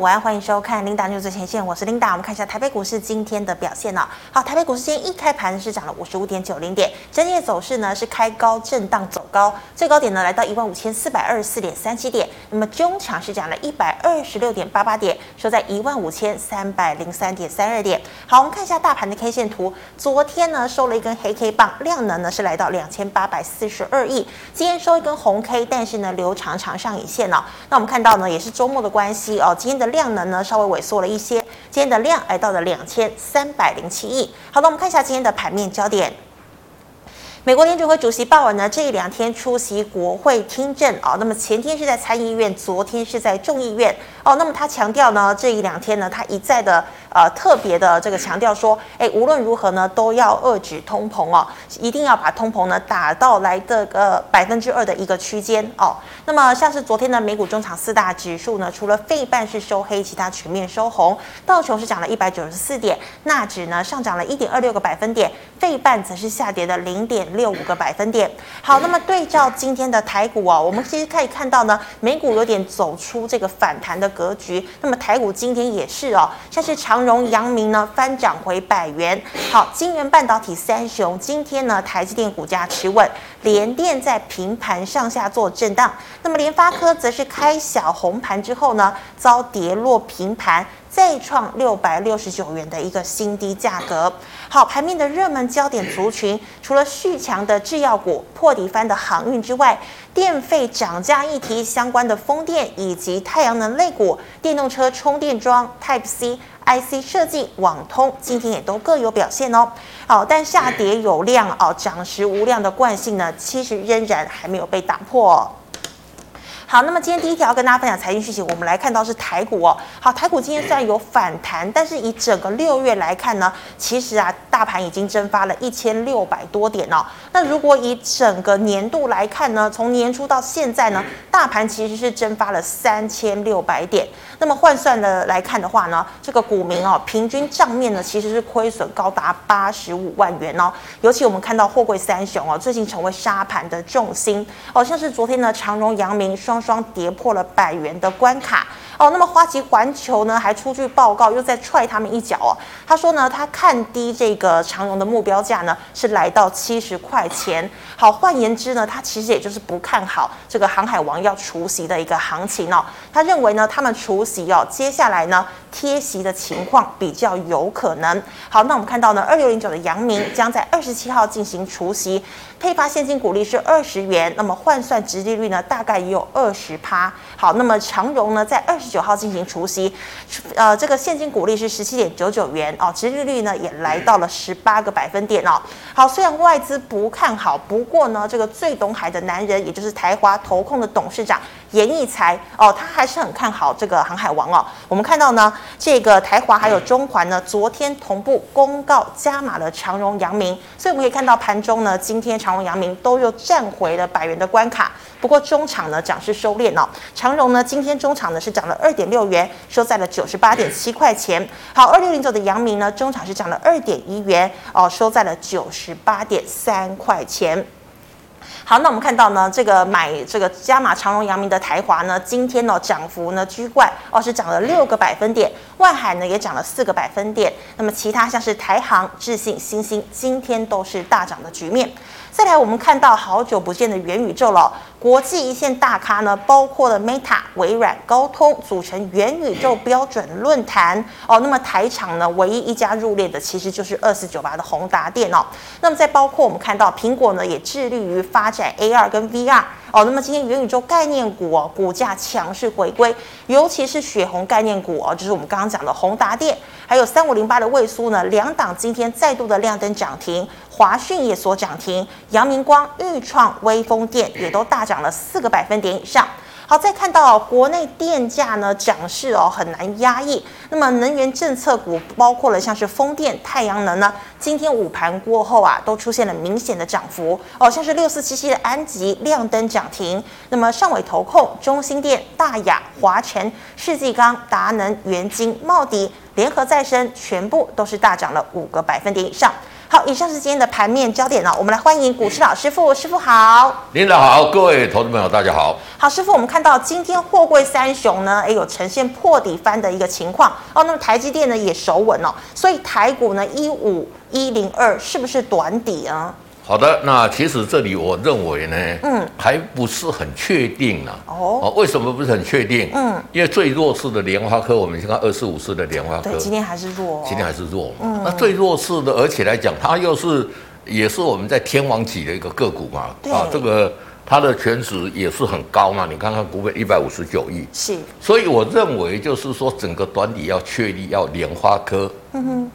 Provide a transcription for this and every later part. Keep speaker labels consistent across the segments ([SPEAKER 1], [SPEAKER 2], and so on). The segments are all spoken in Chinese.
[SPEAKER 1] 午安，欢迎收看 Linda News 最前线，我是 Linda。我们看一下台北股市今天的表现哦。好，台北股市今天一开盘是涨了五十五点九零点，整体的走势呢是开高震荡走高，最高点呢来到一万五千四百二十四点三七点，那么中场是涨了一百二十六点八八点，收在一万五千三百零三点三二点。好，我们看一下大盘的 K 线图，昨天呢收了一根黑 K 棒，量能呢是来到两千八百四十二亿，今天收一根红 K，但是呢留长长上影线哦。那我们看到呢也是周末的关系哦，今天的。量能呢稍微萎缩了一些，今天的量来到了两千三百零七亿。好的，我们看一下今天的盘面焦点。美国联准会主席鲍尔呢，这两天出席国会听证哦。那么前天是在参议院，昨天是在众议院哦。那么他强调呢，这一两天呢，他一再的呃特别的这个强调说，哎，无论如何呢，都要遏制通膨哦，一定要把通膨呢打到来的呃百分之二的一个区间哦。那么像是昨天的美股中场四大指数呢，除了费半是收黑，其他全面收红，道琼是涨了一百九十四点，纳指呢上涨了一点二六个百分点，费半则是下跌的零点。六五个百分点。好，那么对照今天的台股哦，我们其实可以看到呢，美股有点走出这个反弹的格局。那么台股今天也是哦，像是长荣、阳明呢翻涨回百元。好，金源半导体三雄今天哦呢，台积电股价持稳，联电在平盘上下做震荡。那么联发科则是开小红盘之后呢，遭跌落平盘。再创六百六十九元的一个新低价格。好，盘面的热门焦点族群，除了续强的制药股、破底翻的航运之外，电费涨价议题相关的风电以及太阳能类股、电动车充电桩、Type C。IC 设计、网通今天也都各有表现哦。好，但下跌有量哦，涨时无量的惯性呢，其实仍然还没有被打破、哦。好，那么今天第一条跟大家分享财经讯息，我们来看到是台股哦。好，台股今天虽然有反弹，但是以整个六月来看呢，其实啊，大盘已经蒸发了一千六百多点哦。那如果以整个年度来看呢，从年初到现在呢，大盘其实是蒸发了三千六百点。那么换算的来看的话呢，这个股民哦，平均账面呢其实是亏损高达八十五万元哦。尤其我们看到货柜三雄哦，最近成为沙盘的重心哦，像是昨天呢，长荣、阳明双。双跌破了百元的关卡哦，那么花旗环球呢还出具报告，又再踹他们一脚哦。他说呢，他看低这个长荣的目标价呢是来到七十块钱。好，换言之呢，他其实也就是不看好这个航海王要除息的一个行情哦。他认为呢，他们除息哦，接下来呢贴息的情况比较有可能。好，那我们看到呢，二六零九的阳明将在二十七号进行除息，配发现金股利是二十元，那么换算值利率呢，大概也有二。二十趴，好，那么长荣呢，在二十九号进行除息，呃，这个现金股利是十七点九九元哦，殖利率呢也来到了十八个百分点哦。好，虽然外资不看好，不过呢，这个最懂海的男人，也就是台华投控的董事长严义才哦，他还是很看好这个航海王哦。我们看到呢，这个台华还有中环呢，昨天同步公告加码了长荣、阳明，所以我们可以看到盘中呢，今天长荣、阳明都又站回了百元的关卡，不过中场呢涨势。收敛哦，长荣呢，今天中场呢是涨了二点六元，收在了九十八点七块钱。好，二六零九的阳明呢，中场是涨了二点一元，哦，收在了九十八点三块钱。好，那我们看到呢，这个买这个加码长荣、阳明的台华呢，今天呢、哦、涨幅呢居冠哦，是涨了六个百分点，万海呢也涨了四个百分点。那么其他像是台航、智信、新兴，今天都是大涨的局面。再来，我们看到好久不见的元宇宙了、哦，国际一线大咖呢，包括了 Meta、微软、高通，组成元宇宙标准论坛哦。那么台厂呢，唯一一家入列的其实就是二四九八的宏达电哦。那么再包括我们看到苹果呢，也致力于发展。AR 跟 VR 哦，那么今天元宇宙概念股哦，股价强势回归，尤其是血红概念股哦，就是我们刚刚讲的宏达电，还有三五零八的位苏呢，两档今天再度的亮灯涨停，华讯也所涨停，阳明光、裕创、微风电也都大涨了四个百分点以上。好，再看到、哦、国内电价呢涨势哦很难压抑，那么能源政策股包括了像是风电、太阳能呢，今天午盘过后啊都出现了明显的涨幅哦，像是六四七七的安吉亮灯涨停，那么上尾投控、中兴电、大雅、华晨、世纪钢、达能、元晶、茂迪、联合再生全部都是大涨了五个百分点以上。好，以上是今天的盘面焦点哦，我们来欢迎股市老师傅，师傅好。
[SPEAKER 2] 领导好，各位投资朋友大家好。
[SPEAKER 1] 好，师傅，我们看到今天货柜三雄呢，哎有呈现破底翻的一个情况哦。那么台积电呢也守稳哦，所以台股呢一五一零二是不是短底啊？
[SPEAKER 2] 好的，那其实这里我认为呢，
[SPEAKER 1] 嗯
[SPEAKER 2] 嗯，还不是很确定啊。
[SPEAKER 1] 哦
[SPEAKER 2] 为什么不是很确定？
[SPEAKER 1] 嗯
[SPEAKER 2] 嗯，因为最弱势的莲花科，我们先看二四五四的莲花科
[SPEAKER 1] 对，，今天还是弱、哦。
[SPEAKER 2] 今天还是弱嘛。那最弱势的，而且来讲，它又是也是我们在天王级的一个个股嘛啊
[SPEAKER 1] 对，
[SPEAKER 2] 这个它的权值也是很高嘛。你看看股本一百五十九亿，
[SPEAKER 1] 是
[SPEAKER 2] 所以我认为就是说，整个短底要确立，要莲花科，嗯哼，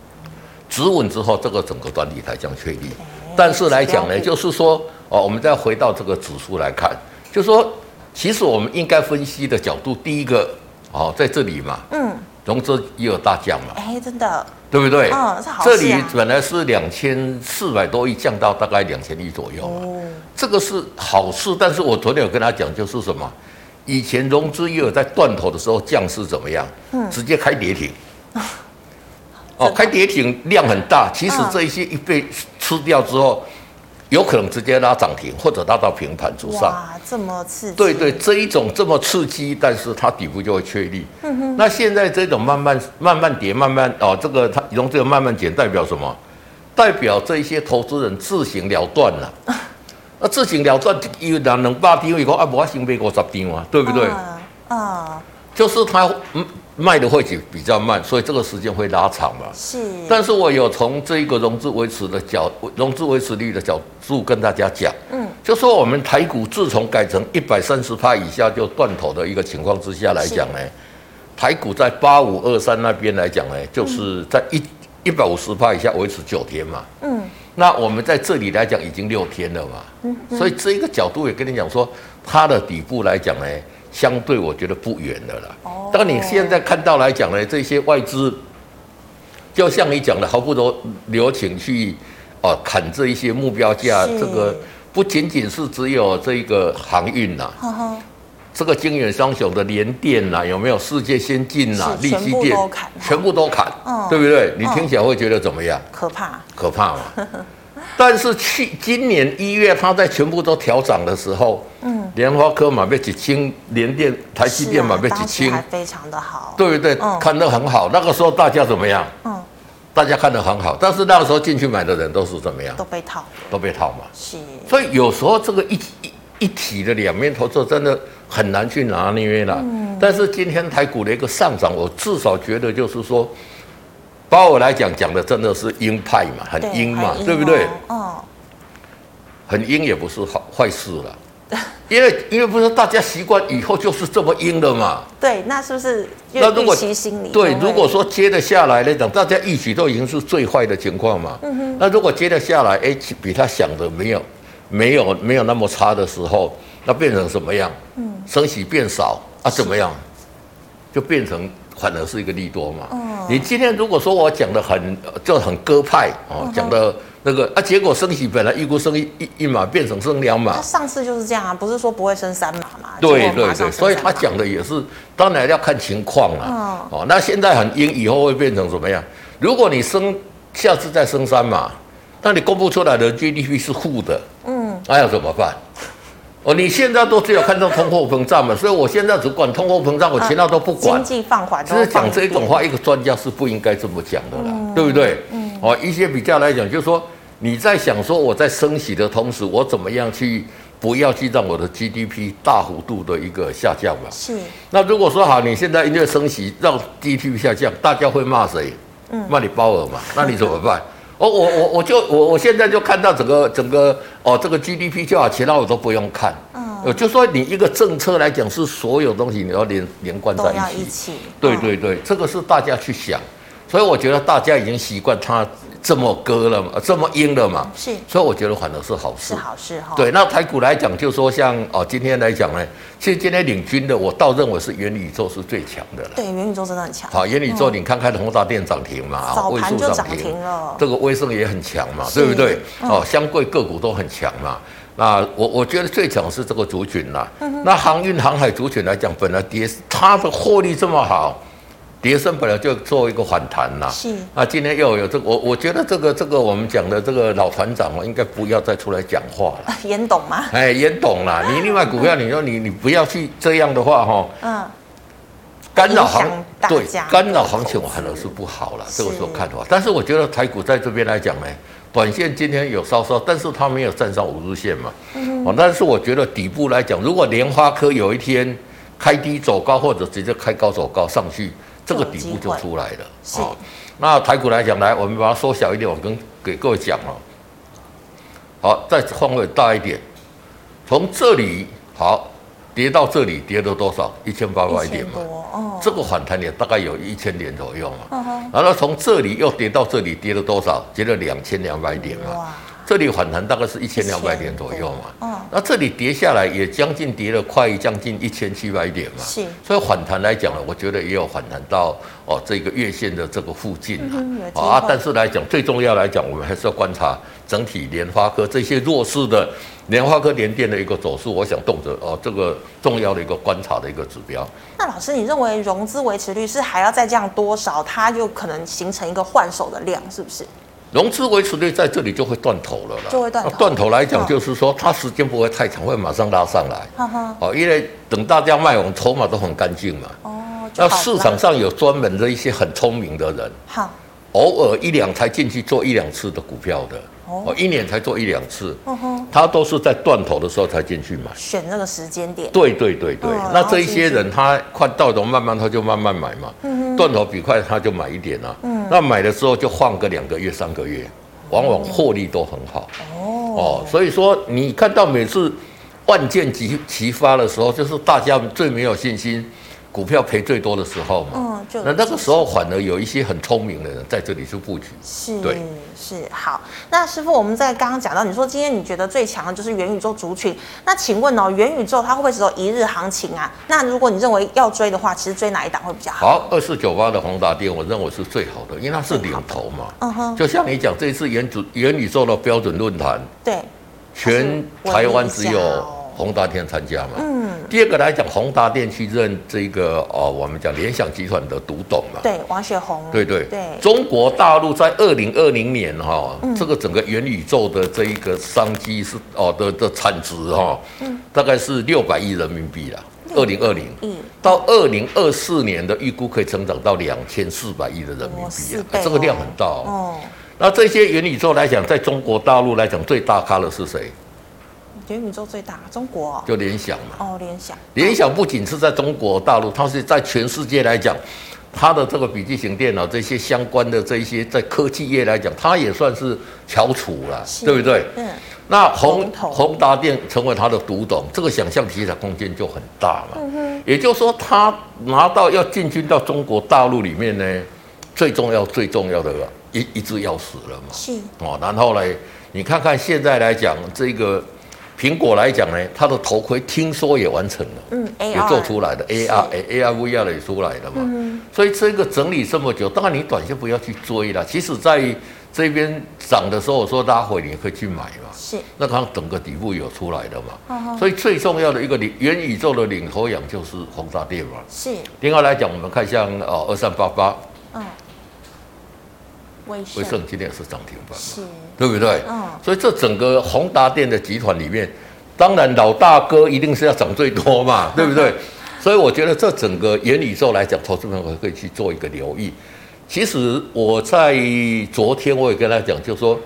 [SPEAKER 2] 止稳之后，这个整个短底才将确立。但是来讲呢，
[SPEAKER 1] 哎指标
[SPEAKER 2] 就是说，哦，我们再回到这个指数来看，就说，其实我们应该分析的角度，第一个，哦，在这里嘛，
[SPEAKER 1] 嗯，
[SPEAKER 2] 融资也有大降嘛，
[SPEAKER 1] 哎、真的
[SPEAKER 2] 对不对？
[SPEAKER 1] 嗯是好事啊
[SPEAKER 2] 这里本来是两千四百多亿，降到大概两千亿左右嘛。啊
[SPEAKER 1] 哦，
[SPEAKER 2] 这个是好事，但是我昨天有跟他讲，就是什么，以前融资也有在断头的时候降是怎么样，
[SPEAKER 1] 嗯
[SPEAKER 2] 直接开跌停，
[SPEAKER 1] 啊
[SPEAKER 2] 哦，开跌停量很大，其实
[SPEAKER 1] 嗯
[SPEAKER 2] 这一些一被吃掉之后，有可能直接拉涨停或者拉到平盘之上。
[SPEAKER 1] 哇，这么刺激，啊
[SPEAKER 2] 对对，这一种这么刺激，但是它底部就会确立。那现在这种慢慢慢慢跌，慢慢哦，这个它融资慢慢减，代表什么？代表这一些投资人自行了断了。那自行了断，有人能把丢以后，啊，我先被五十丢啊，对不对？
[SPEAKER 1] 啊、啊
[SPEAKER 2] 就是它嗯卖的会比比较慢，所以这个时间会拉长嘛。
[SPEAKER 1] 是，
[SPEAKER 2] 嗯但是我有从这一个融资维持的角融资维持率的角度跟大家讲，
[SPEAKER 1] 嗯，
[SPEAKER 2] 就说我们台股自从改成一百三十趴以下就断头的一个情况之下来讲呢，台股在八五二三那边来讲呢，就是在一一百五十趴以下维持九天嘛，
[SPEAKER 1] 嗯，
[SPEAKER 2] 那我们在这里来讲已经六天了嘛，所以这一个角度也跟你讲说，它的底部来讲呢，相对我觉得不远了啦。
[SPEAKER 1] 哦
[SPEAKER 2] 当你现在看到来讲呢，这些外资，就像你讲的，毫不留留情去啊、呃砍这一些目标价，
[SPEAKER 1] 是
[SPEAKER 2] 这个不仅仅是只有这个航运呐、
[SPEAKER 1] 呵呵，
[SPEAKER 2] 这个金元双雄的联电呐、有没有世界先进呐、
[SPEAKER 1] 是
[SPEAKER 2] 利
[SPEAKER 1] 全
[SPEAKER 2] 基
[SPEAKER 1] 部
[SPEAKER 2] 电
[SPEAKER 1] 都砍
[SPEAKER 2] 全部都砍，
[SPEAKER 1] 嗯
[SPEAKER 2] 对不对？你
[SPEAKER 1] 嗯
[SPEAKER 2] 听起来会觉得怎么样？
[SPEAKER 1] 可怕，
[SPEAKER 2] 可怕嘛。 但是去今年一月，它在全部都调涨的时候，嗯，莲花科嘛被几清，联电、台积电嘛
[SPEAKER 1] 是
[SPEAKER 2] 被
[SPEAKER 1] 啊
[SPEAKER 2] 几
[SPEAKER 1] 当时
[SPEAKER 2] 清，
[SPEAKER 1] 还非常的好，
[SPEAKER 2] 对不对？
[SPEAKER 1] 嗯
[SPEAKER 2] 看得很好，那个时候大家怎么样？
[SPEAKER 1] 嗯，
[SPEAKER 2] 大家看得很好，但是那个时候进去买的人都是怎么样？
[SPEAKER 1] 都被套，
[SPEAKER 2] 都被套嘛。
[SPEAKER 1] 是，
[SPEAKER 2] 所以有时候这个一一一体的两面投资真的很难去拿捏了。
[SPEAKER 1] 嗯
[SPEAKER 2] 但是今天台股的一个上涨，我至少觉得就是说，把我来讲讲的真的是鹰派嘛，很鹰嘛，
[SPEAKER 1] 很
[SPEAKER 2] 对不
[SPEAKER 1] 哦
[SPEAKER 2] 对？？
[SPEAKER 1] 嗯，
[SPEAKER 2] 很阴也不是好坏事了，因为因为不是大家习惯以后就是这么阴了嘛。
[SPEAKER 1] 对，那是不是预
[SPEAKER 2] 那如果
[SPEAKER 1] 预期心理
[SPEAKER 2] 对
[SPEAKER 1] 就，会
[SPEAKER 2] 如果说接得下来那种，大家预期都已经是最坏的情况嘛。那如果接得下来，哎，比他想的没有没有没有那么差的时候，那变成什么样？嗯，升息变少啊，怎么样？就变成反而是一个利多嘛。你今天如果说我讲的很呃就很鸽派哦，讲的那个啊，结果升息本来预估升一一一码，变成升两码
[SPEAKER 1] 他，上次就是这样啊，不是说不会升三码嘛？
[SPEAKER 2] 对
[SPEAKER 1] 结果
[SPEAKER 2] 对
[SPEAKER 1] 马上升
[SPEAKER 2] 对，所以啊
[SPEAKER 1] 三
[SPEAKER 2] 他
[SPEAKER 1] 码
[SPEAKER 2] 讲的也是，当然要看情况
[SPEAKER 1] 嗯
[SPEAKER 2] 啦。哦，那现在很阴，以后会变成怎么样？如果你升，下次再升三嘛，那你公布出来的 GDP 是负的，嗯，那要怎么办？哦，你现在都只有看到通货膨胀嘛，所以我现在只管通货膨胀，我其他都不管
[SPEAKER 1] 经。济放缓，
[SPEAKER 2] 只是讲这种，话，一个专家是不应该这么讲的啦，对不对？哦，一些比较来讲，就是说你在想说我在升息的同时，我怎么样去不要去让我的 GDP 大幅度的一个下降嘛？
[SPEAKER 1] 是
[SPEAKER 2] 那如果说好，你现在因为升息让 GDP 下降，大家会骂谁？骂你鲍尔嘛？那你怎么办？哦，我我我就我我现在就看到整个整个哦这个 GDP 就好，其他我都不用看。嗯，就说你一个政策来讲，是所有东西你要连连贯
[SPEAKER 1] 都
[SPEAKER 2] 在
[SPEAKER 1] 要
[SPEAKER 2] 一
[SPEAKER 1] 一起，
[SPEAKER 2] 起。对
[SPEAKER 1] 嗯，
[SPEAKER 2] 对对，这个是大家去想，所以我觉得大家已经习惯它这么割了嘛，呃这么阴了嘛，
[SPEAKER 1] 是
[SPEAKER 2] 所以我觉得反而是好事
[SPEAKER 1] 是。好事哈。
[SPEAKER 2] 对，那台股来讲，就说像哦，今天来讲呢，其实今天领军的，我倒认为是元宇宙是最强的了。
[SPEAKER 1] 对，元宇宙真的很强，
[SPEAKER 2] 好，元宇宙你看看宏达电涨停嘛，啊
[SPEAKER 1] 嗯早
[SPEAKER 2] 位
[SPEAKER 1] 盘
[SPEAKER 2] 数
[SPEAKER 1] 就
[SPEAKER 2] 涨
[SPEAKER 1] 涨
[SPEAKER 2] 停
[SPEAKER 1] 停了，
[SPEAKER 2] 这个威盛也很强嘛，
[SPEAKER 1] 是嗯
[SPEAKER 2] 对不对？哦，相对个股都很强嘛。那我我觉得最强是这个族
[SPEAKER 1] 嗯
[SPEAKER 2] 群啦。那航运、航海族群来讲，本来跌，它的获利这么好，跌升本来就做一个反弹啦。
[SPEAKER 1] 是
[SPEAKER 2] 啊，今天又有这个，我我觉得这个这个我们讲的这个老船长哦，应该不要再出来讲话了。
[SPEAKER 1] 严董 吗？
[SPEAKER 2] 哎，严董啦，你另外股票，你说你你不要去这样的话哈、哦，
[SPEAKER 1] 嗯，
[SPEAKER 2] 干扰行
[SPEAKER 1] 影响大
[SPEAKER 2] 对
[SPEAKER 1] 家
[SPEAKER 2] 干扰行情，我看的是不好了，
[SPEAKER 1] 是
[SPEAKER 2] 这个是我看法。但是我觉得台股在这边来讲呢，短线今天有稍稍，但是它没有站上五日线嘛。
[SPEAKER 1] 嗯
[SPEAKER 2] 哦，但是我觉得底部来讲，如果莲花科有一天开低走高，或者直接开高走高上去，这个底部就出来了。
[SPEAKER 1] 是
[SPEAKER 2] 哦那台股来讲，来我们把它缩小一点，我跟给各位讲哦。好，再范围大一点，从这里好跌到这里，跌了多少？一千八百
[SPEAKER 1] 一千
[SPEAKER 2] 点嘛
[SPEAKER 1] 多。哦，
[SPEAKER 2] 这个反弹也大概有一千点左右嘛，
[SPEAKER 1] 嗯哼
[SPEAKER 2] 然后从这里又跌到这里，跌了多少？跌了两千两百点嘛。
[SPEAKER 1] 哇，
[SPEAKER 2] 这啊里反弹大概是一千两百点左右嘛。
[SPEAKER 1] 嗯
[SPEAKER 2] 那这里跌下来也将近跌了快将近一千七百点嘛。
[SPEAKER 1] 是
[SPEAKER 2] 所以反弹来讲呢，我觉得也有反弹到哦这个月线的这个附近啊
[SPEAKER 1] 嗯哼有机。会
[SPEAKER 2] 啊，但是来讲最重要来讲，我们还是要观察整体莲花科这些弱势的莲花科联电的一个走势，我想动辄哦这个重要的一个观察的一个指标。
[SPEAKER 1] 那老师，你认为融资维持率是还要再降多少，它就可能形成一个换手的量，是不是？
[SPEAKER 2] 融资维持率在这里就会断头了啦，
[SPEAKER 1] 就会断头
[SPEAKER 2] 那断头来
[SPEAKER 1] 嗯
[SPEAKER 2] 讲，就是说它时间不会太长，会马上拉上来。
[SPEAKER 1] 哈哈，
[SPEAKER 2] 哦，因为等大家卖，我们筹码都很干净嘛。
[SPEAKER 1] 哦，就
[SPEAKER 2] 那
[SPEAKER 1] 嗯好
[SPEAKER 2] 市
[SPEAKER 1] 了
[SPEAKER 2] 场上有专门的一些很聪明的人，
[SPEAKER 1] 好，
[SPEAKER 2] 偶尔一两才进去做一两次的股票的，
[SPEAKER 1] 哦
[SPEAKER 2] 哦，一年才做一两次，
[SPEAKER 1] 嗯哼，
[SPEAKER 2] 他都是在断头的时候才进去买。
[SPEAKER 1] 选那个时间点，
[SPEAKER 2] 对对对对，
[SPEAKER 1] 嗯
[SPEAKER 2] 那
[SPEAKER 1] 然后
[SPEAKER 2] 这一些
[SPEAKER 1] 进
[SPEAKER 2] 人他看到的慢慢他就慢慢买嘛，
[SPEAKER 1] 嗯
[SPEAKER 2] 断头比快他就买一点啊，那买了之后就放个两个月三个月，往往获利都很好哦所以说你看到每次万箭齐齐发的时候，就是大家最没有信心。股票赔最多的时候嘛，
[SPEAKER 1] 嗯就
[SPEAKER 2] 那那个时候反而有一些很聪明的人在这里去布局，
[SPEAKER 1] 是
[SPEAKER 2] 对
[SPEAKER 1] 是好。那师傅，我们在刚刚讲到，你说今天你觉得最强的就是元宇宙族群，那请问哦，元宇宙它会不会只有一日行情啊？那如果你认为要追的话，其实追哪一档会比较好？
[SPEAKER 2] 好，二四九八的宏达电，我认为是最好的，因为它是领头嘛。
[SPEAKER 1] 嗯哼，
[SPEAKER 2] 就像你讲，这一次元主元宇宙的标准论坛，
[SPEAKER 1] 对，
[SPEAKER 2] 全台湾只有
[SPEAKER 1] 还是唯一一家哦
[SPEAKER 2] 宏达电参加嘛。
[SPEAKER 1] 嗯，
[SPEAKER 2] 第二个来讲，宏达电去认这个哦，我们讲联想集团的独董嘛。
[SPEAKER 1] 对，王雪红，
[SPEAKER 2] 对对
[SPEAKER 1] 对，嗯
[SPEAKER 2] 中国大陆在二零二零年哈、这个整个元宇宙的这一个商机是哦的的产值哈、大概是六百亿人民币啦。二零二零
[SPEAKER 1] 嗯亿
[SPEAKER 2] 到二零二四年的预估可以成长到两千四百亿的人民
[SPEAKER 1] 哦
[SPEAKER 2] 币
[SPEAKER 1] 四
[SPEAKER 2] 啊，
[SPEAKER 1] 倍哦
[SPEAKER 2] 这个量很大、哦。
[SPEAKER 1] 哦，
[SPEAKER 2] 那这些元宇宙来讲，在中国大陆来讲最大咖的是谁？
[SPEAKER 1] 元宇宙最大，中国哦
[SPEAKER 2] 就联想嘛。
[SPEAKER 1] 哦，联想，
[SPEAKER 2] 联想不仅是在中国大陆，它是在全世界来讲，它的这个笔记型电脑这些相关的这一些，在科技业来讲，它也算是翘楚了，
[SPEAKER 1] 是
[SPEAKER 2] 对不对？
[SPEAKER 1] 嗯，
[SPEAKER 2] 那宏
[SPEAKER 1] 龙头
[SPEAKER 2] 宏达电成为它的独董，这个想象题材空间就很大嘛。
[SPEAKER 1] 嗯
[SPEAKER 2] 也就是说，它拿到要进军到中国大陆里面呢，最重要最重要的一一只钥匙了嘛。
[SPEAKER 1] 是
[SPEAKER 2] 哦，然后呢，你看看现在来讲，这个苹果来讲呢，它的头盔听说也完成了。
[SPEAKER 1] 嗯
[SPEAKER 2] 也
[SPEAKER 1] ，AR
[SPEAKER 2] 做出来的 AR、AR、VR 也出来了
[SPEAKER 1] 嗯
[SPEAKER 2] 嘛，所以这个整理这么久，当然你短线不要去追了。其实在这边涨的时候，我说拉回你可以去买嘛，
[SPEAKER 1] 是嗯
[SPEAKER 2] 那刚整个底部有出来的嘛，所以最重要的一个领元宇宙的领头羊就是宏达电嘛。
[SPEAKER 1] 是，
[SPEAKER 2] 另外来讲，我们看像哦二三八八
[SPEAKER 1] 嗯，微
[SPEAKER 2] 威
[SPEAKER 1] 胜
[SPEAKER 2] 盛今天也是涨停板嘛，
[SPEAKER 1] 是，
[SPEAKER 2] 对不对？
[SPEAKER 1] 嗯
[SPEAKER 2] 所以这整个宏达电的集团里面，当然老大哥一定是要涨最多嘛， 对不对？所以我觉得这整个元宇宙来讲，投资朋友可以去做一个留意。其实我在昨天我也跟他讲，就是说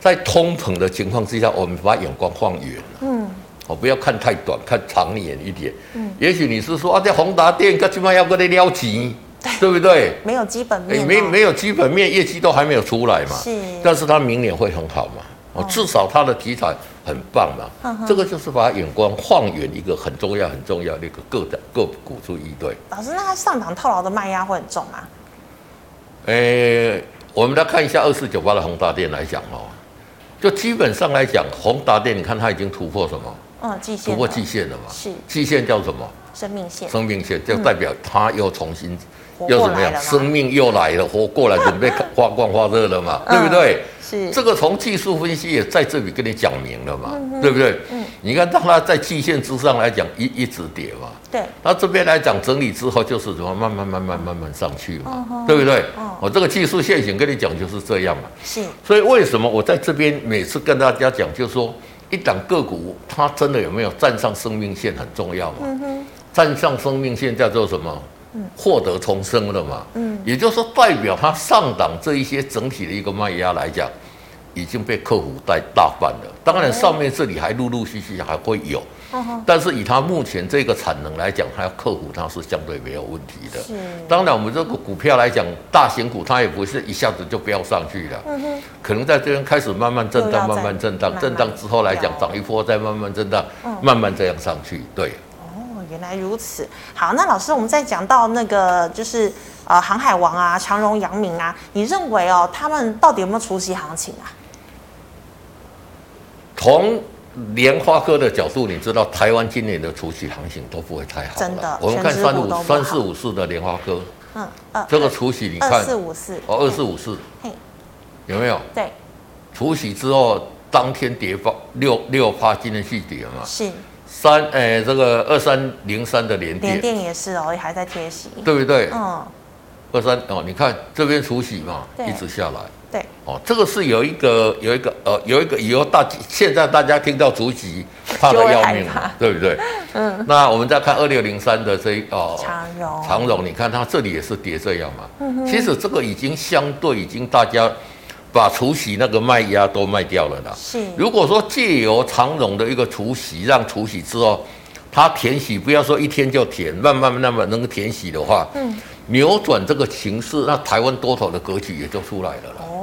[SPEAKER 2] 在通膨的情况之下，我们把眼光放远了。
[SPEAKER 1] 嗯，
[SPEAKER 2] 哦，不要看太短，看长远一点。嗯，也许你是说啊，这宏达电跟起码要跟你撩钱， 对不对？
[SPEAKER 1] 没有基本面、
[SPEAKER 2] 哎、
[SPEAKER 1] 啊，
[SPEAKER 2] 没没有基本面，业绩都还没有出来嘛。
[SPEAKER 1] 是
[SPEAKER 2] 但是它明年会很好嘛？哦，至少它的题材很棒嘛。
[SPEAKER 1] 嗯
[SPEAKER 2] 这个就是把眼光放远一个很重要、很重要的一个个的个股注意对。
[SPEAKER 1] 老师，那它上档套牢的卖压会很重吗？
[SPEAKER 2] 哎、我们来看一下二四九八的宏达电来讲哦，就基本上来讲，宏达电你看它已经突破什么？
[SPEAKER 1] 嗯，季线
[SPEAKER 2] 突
[SPEAKER 1] 了
[SPEAKER 2] 破季线了嘛？
[SPEAKER 1] 是
[SPEAKER 2] 季线叫什么？
[SPEAKER 1] 生命线，
[SPEAKER 2] 生命线，就代表它又重新
[SPEAKER 1] 嗯活
[SPEAKER 2] 又
[SPEAKER 1] 过
[SPEAKER 2] 怎么
[SPEAKER 1] 来
[SPEAKER 2] 样
[SPEAKER 1] 了？吗
[SPEAKER 2] 生命又来了，活过来，准备发光发热了嘛？对不
[SPEAKER 1] 嗯
[SPEAKER 2] 对？
[SPEAKER 1] 是
[SPEAKER 2] 这个从技术分析也在这里跟你讲明了嘛，对不对？你看让它在季线之上来讲一一直跌嘛，
[SPEAKER 1] 对，
[SPEAKER 2] 那这边来讲整理之后就是怎么慢慢慢慢慢慢上去嘛，对不对？我、这个技术线型跟你讲就是这样嘛，
[SPEAKER 1] 是，
[SPEAKER 2] 所以为什么我在这边每次跟大家讲，就是说一档个股它真的有没有站上生命线很重要嘛？
[SPEAKER 1] 嗯
[SPEAKER 2] 站上生命线叫做什么？获得重生了嘛？嗯，也就是说代表它上档这一些整体的一个卖压来讲，已经被客户带大半了。当然上面这里还陆陆续续还会有，
[SPEAKER 1] 嗯哼，
[SPEAKER 2] 但是以它目前这个产能来讲，它要克服它是相对没有问题的。
[SPEAKER 1] 是，
[SPEAKER 2] 当然，我们这个股票来讲，大型股它也不是一下子就飙上去了，
[SPEAKER 1] 嗯哼，
[SPEAKER 2] 可能在这边开始慢慢震荡，
[SPEAKER 1] 又要再
[SPEAKER 2] 慢慢震荡
[SPEAKER 1] 慢，慢
[SPEAKER 2] 震荡之后来讲
[SPEAKER 1] 调
[SPEAKER 2] 涨一波，再慢慢震荡
[SPEAKER 1] 嗯，
[SPEAKER 2] 慢慢这样上去。对，
[SPEAKER 1] 哦，原来如此。好，那老师，我们再讲到那个就是呃航海王啊、长荣、阳明啊，你认为哦他们到底有没有出席行情啊？
[SPEAKER 2] 从莲花科的角度，你知道台湾今年的除夕行情都不会太好了，
[SPEAKER 1] 真的
[SPEAKER 2] 我们看
[SPEAKER 1] 全指
[SPEAKER 2] 三
[SPEAKER 1] 股
[SPEAKER 2] 五
[SPEAKER 1] 都不好
[SPEAKER 2] 三四五四的莲花科，
[SPEAKER 1] 嗯，二
[SPEAKER 2] 这个除夕你
[SPEAKER 1] 二
[SPEAKER 2] 看
[SPEAKER 1] 四五四，
[SPEAKER 2] 哦二四五四
[SPEAKER 1] 嘿，
[SPEAKER 2] 有没有？
[SPEAKER 1] 对，
[SPEAKER 2] 除夕之后当天跌八六六趴，今天续跌嘛，
[SPEAKER 1] 是
[SPEAKER 2] 三诶、这个二三零三的连
[SPEAKER 1] 联
[SPEAKER 2] 跌，
[SPEAKER 1] 电也是哦，也还在贴息。
[SPEAKER 2] 对不对？
[SPEAKER 1] 嗯，
[SPEAKER 2] 二三哦，你看这边除夕嘛，
[SPEAKER 1] 对
[SPEAKER 2] 一直下来。
[SPEAKER 1] 对，
[SPEAKER 2] 哦，这个是有一个有一个呃有一个以后大现在大家听到竹席怕
[SPEAKER 1] 就
[SPEAKER 2] 的
[SPEAKER 1] 会
[SPEAKER 2] 要
[SPEAKER 1] 害
[SPEAKER 2] 命
[SPEAKER 1] 怕
[SPEAKER 2] 嘛，对不对？嗯。那我们再看二六零三的这一哦
[SPEAKER 1] 长嗯荣
[SPEAKER 2] 长荣，你看它这里也是跌这样嘛。其实这个已经相对已经大家把除夕那个卖压都卖掉了啦。
[SPEAKER 1] 是，
[SPEAKER 2] 如果说借由长荣的一个除息，让除息之后，它填息，不要说一天就填，慢慢慢慢能够填息的话，嗯，扭转这个情势，那台湾多头的格局也就出来了啦。
[SPEAKER 1] 哦，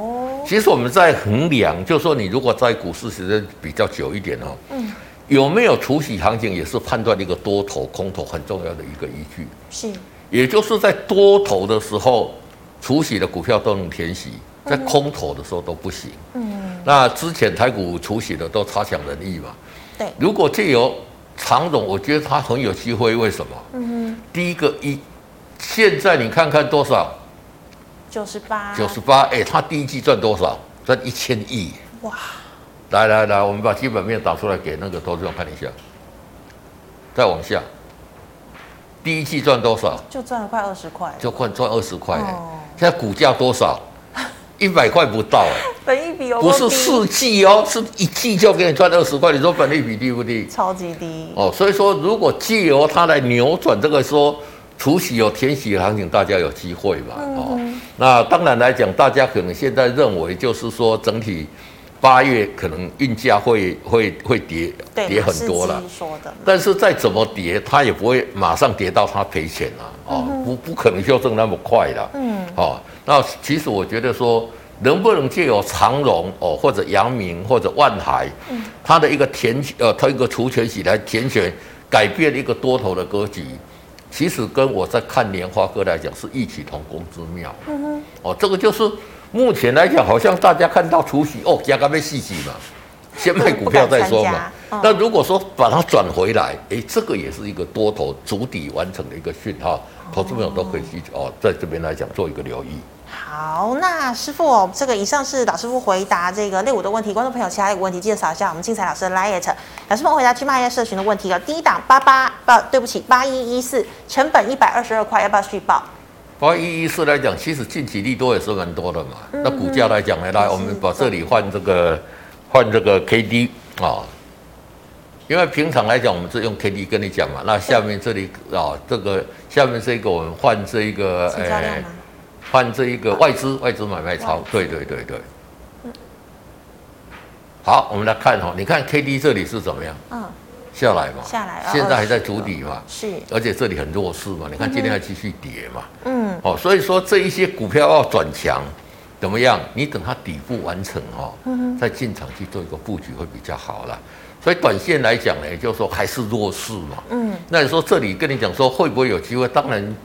[SPEAKER 2] 其实我们在衡量，就说你如果在股市时间比较久一点哦，嗯，有没有除息行情，也是判断一个多头、空头很重要的一个依据。
[SPEAKER 1] 是，
[SPEAKER 2] 也就是在多头的时候，除息的股票都能填息，在空头的时候都不行。
[SPEAKER 1] 嗯，
[SPEAKER 2] 那之前台股除息的都差强人意嘛。
[SPEAKER 1] 对，
[SPEAKER 2] 如果借由常总，我觉得他很有机会。为什么？
[SPEAKER 1] 嗯
[SPEAKER 2] 第一个一，现在你看看多
[SPEAKER 1] 啊
[SPEAKER 2] 少？
[SPEAKER 1] 哼，九十八，
[SPEAKER 2] 九十，八，哎，他第一季赚多少？赚一千亿。
[SPEAKER 1] 哇，
[SPEAKER 2] 来来来，我们把基本面打出来给那个投资者看一下。再往下，第一季赚多少？
[SPEAKER 1] 就赚了快二十块，
[SPEAKER 2] 就快赚二十块、哎
[SPEAKER 1] 哦
[SPEAKER 2] 现在股价多 少？一百块不到、哎
[SPEAKER 1] 本一比有
[SPEAKER 2] 不
[SPEAKER 1] 够
[SPEAKER 2] 是
[SPEAKER 1] 哦低
[SPEAKER 2] 四季哦，是一季就给你赚二十块，你说本利比低不低？
[SPEAKER 1] 超级低，
[SPEAKER 2] 哦，所以说如果借由它来扭转这个说除夕有填息的行情，大家有机会嘛？
[SPEAKER 1] 嗯
[SPEAKER 2] 哦，那当然来讲，大家可能现在认为就是说整体八月可能运价会会会跌
[SPEAKER 1] 对，
[SPEAKER 2] 跌
[SPEAKER 1] 马
[SPEAKER 2] 很
[SPEAKER 1] 士
[SPEAKER 2] 多
[SPEAKER 1] 基
[SPEAKER 2] 了。
[SPEAKER 1] 说的，
[SPEAKER 2] 但是再怎么跌，它也不会马上跌到它赔钱啊，哦，不不可能修正那么快的，
[SPEAKER 1] 嗯，
[SPEAKER 2] 哦，那其实我觉得说，能不能借由长荣哦，或者阳明或者万海，它的一个填呃，它一个除权息来填权，改变一个多头的格局，其实跟我在看莲花哥来讲是异曲同工之妙，嗯哼，哦，这个就是目前来讲，好像大家看到除息哦，加个被细息嘛。先卖股票再说
[SPEAKER 1] 不敢参
[SPEAKER 2] 嘛
[SPEAKER 1] 加。嗯
[SPEAKER 2] 那如果说把它转回来，诶，这个也是一个多头主底完成的一个讯号，投资朋友都可以去哦，在这边来讲做一个留意。
[SPEAKER 1] 好，那师傅哦，这个以上是老师傅回答这个类五的问题，观众朋友其他有问题记得扫一下我们精彩老师的 liet，老师们回答去卖业社群的问题哦。第一档八八，不对不起，八一一四，成本一百二十二块，要不要续报？
[SPEAKER 2] 包括一一四来讲，其实近期利多也是蛮多的嘛。那股价来讲呢，来
[SPEAKER 1] 嗯是
[SPEAKER 2] 我们把这里换这个换这个 K D 啊、因为平常来讲我们是用 K D 跟你讲嘛。那下面这里啊、这个下面这个我们换这一个哎
[SPEAKER 1] 成交量吗？
[SPEAKER 2] 换这一个外资外资买卖
[SPEAKER 1] 外
[SPEAKER 2] 超
[SPEAKER 1] 资，
[SPEAKER 2] 对对对对。好，我们来看哈、哦，你看 K D 这里是怎么样
[SPEAKER 1] 嗯，
[SPEAKER 2] 下来嘛？
[SPEAKER 1] 下来了
[SPEAKER 2] 现在还在
[SPEAKER 1] 20
[SPEAKER 2] 主底嘛，
[SPEAKER 1] 是，
[SPEAKER 2] 而且这里很弱势嘛，你看今天还继续跌嘛，
[SPEAKER 1] 嗯，
[SPEAKER 2] 哦，所以说这一些股票要转强，怎么样？你等它底部完成哦，
[SPEAKER 1] 嗯
[SPEAKER 2] 再进场去做一个布局会比较好啦。所以短线来讲呢，就是说还是弱势嘛，
[SPEAKER 1] 嗯，
[SPEAKER 2] 那你说这里跟你讲说会不会有机会？当然，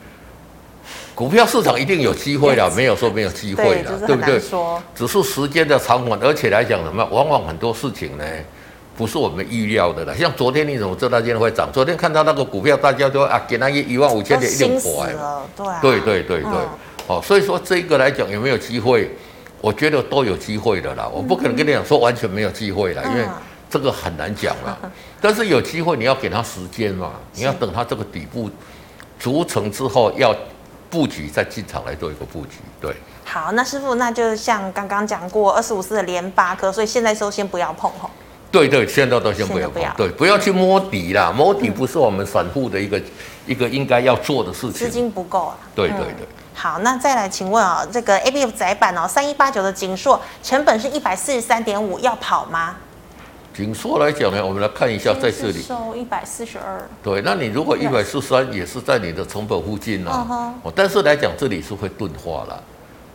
[SPEAKER 2] 股票市场一定有机会啦，没有说没有机会
[SPEAKER 1] 对，
[SPEAKER 2] 啦
[SPEAKER 1] 就，是
[SPEAKER 2] 对
[SPEAKER 1] 很
[SPEAKER 2] 不对
[SPEAKER 1] 难？说，
[SPEAKER 2] 只是时间的长短，而且来讲什么，往往很多事情呢，不是我们预料的啦。像昨天你怎么知道今天会涨？昨天看到那个股票，大家都啊，给那一一万五千
[SPEAKER 1] 都
[SPEAKER 2] 点一定
[SPEAKER 1] 心死
[SPEAKER 2] 火哎，
[SPEAKER 1] 了，对啊，
[SPEAKER 2] 对对对对，
[SPEAKER 1] 嗯
[SPEAKER 2] 哦，所以说这个来讲有没有
[SPEAKER 1] 嗯
[SPEAKER 2] 机会？我觉得都有机会的啦，我不可能跟你讲说完全没有机会啦，因为这个很难讲了。 但是有机会你要给他时间嘛，你要等他这个底部逐层之后，要布局再进场来做一个布局。对，
[SPEAKER 1] 好，那师傅，那就像刚刚讲过，二十五四的连八颗，所以现在都先不要碰吼。
[SPEAKER 2] 对对，现在都先不要
[SPEAKER 1] 现在不要嗯
[SPEAKER 2] 碰，对，不要去摸底啦，摸底不是我们散户的一个、一个应该要做的事
[SPEAKER 1] 资
[SPEAKER 2] 情。
[SPEAKER 1] 金不够啊。
[SPEAKER 2] 对对
[SPEAKER 1] 嗯
[SPEAKER 2] 对。
[SPEAKER 1] 好，那再来请问啊、这个 A B F 窄板哦，三一八九的锦硕成本是一百四十三点五，要跑吗？
[SPEAKER 2] 紧缩来讲呢，我们来看一下在这里。
[SPEAKER 1] 收一百四十二，
[SPEAKER 2] 对，那你如果一百四三也是在你的成本附近
[SPEAKER 1] 嗯哼
[SPEAKER 2] 啊，哦，但是来讲这里是会钝化了，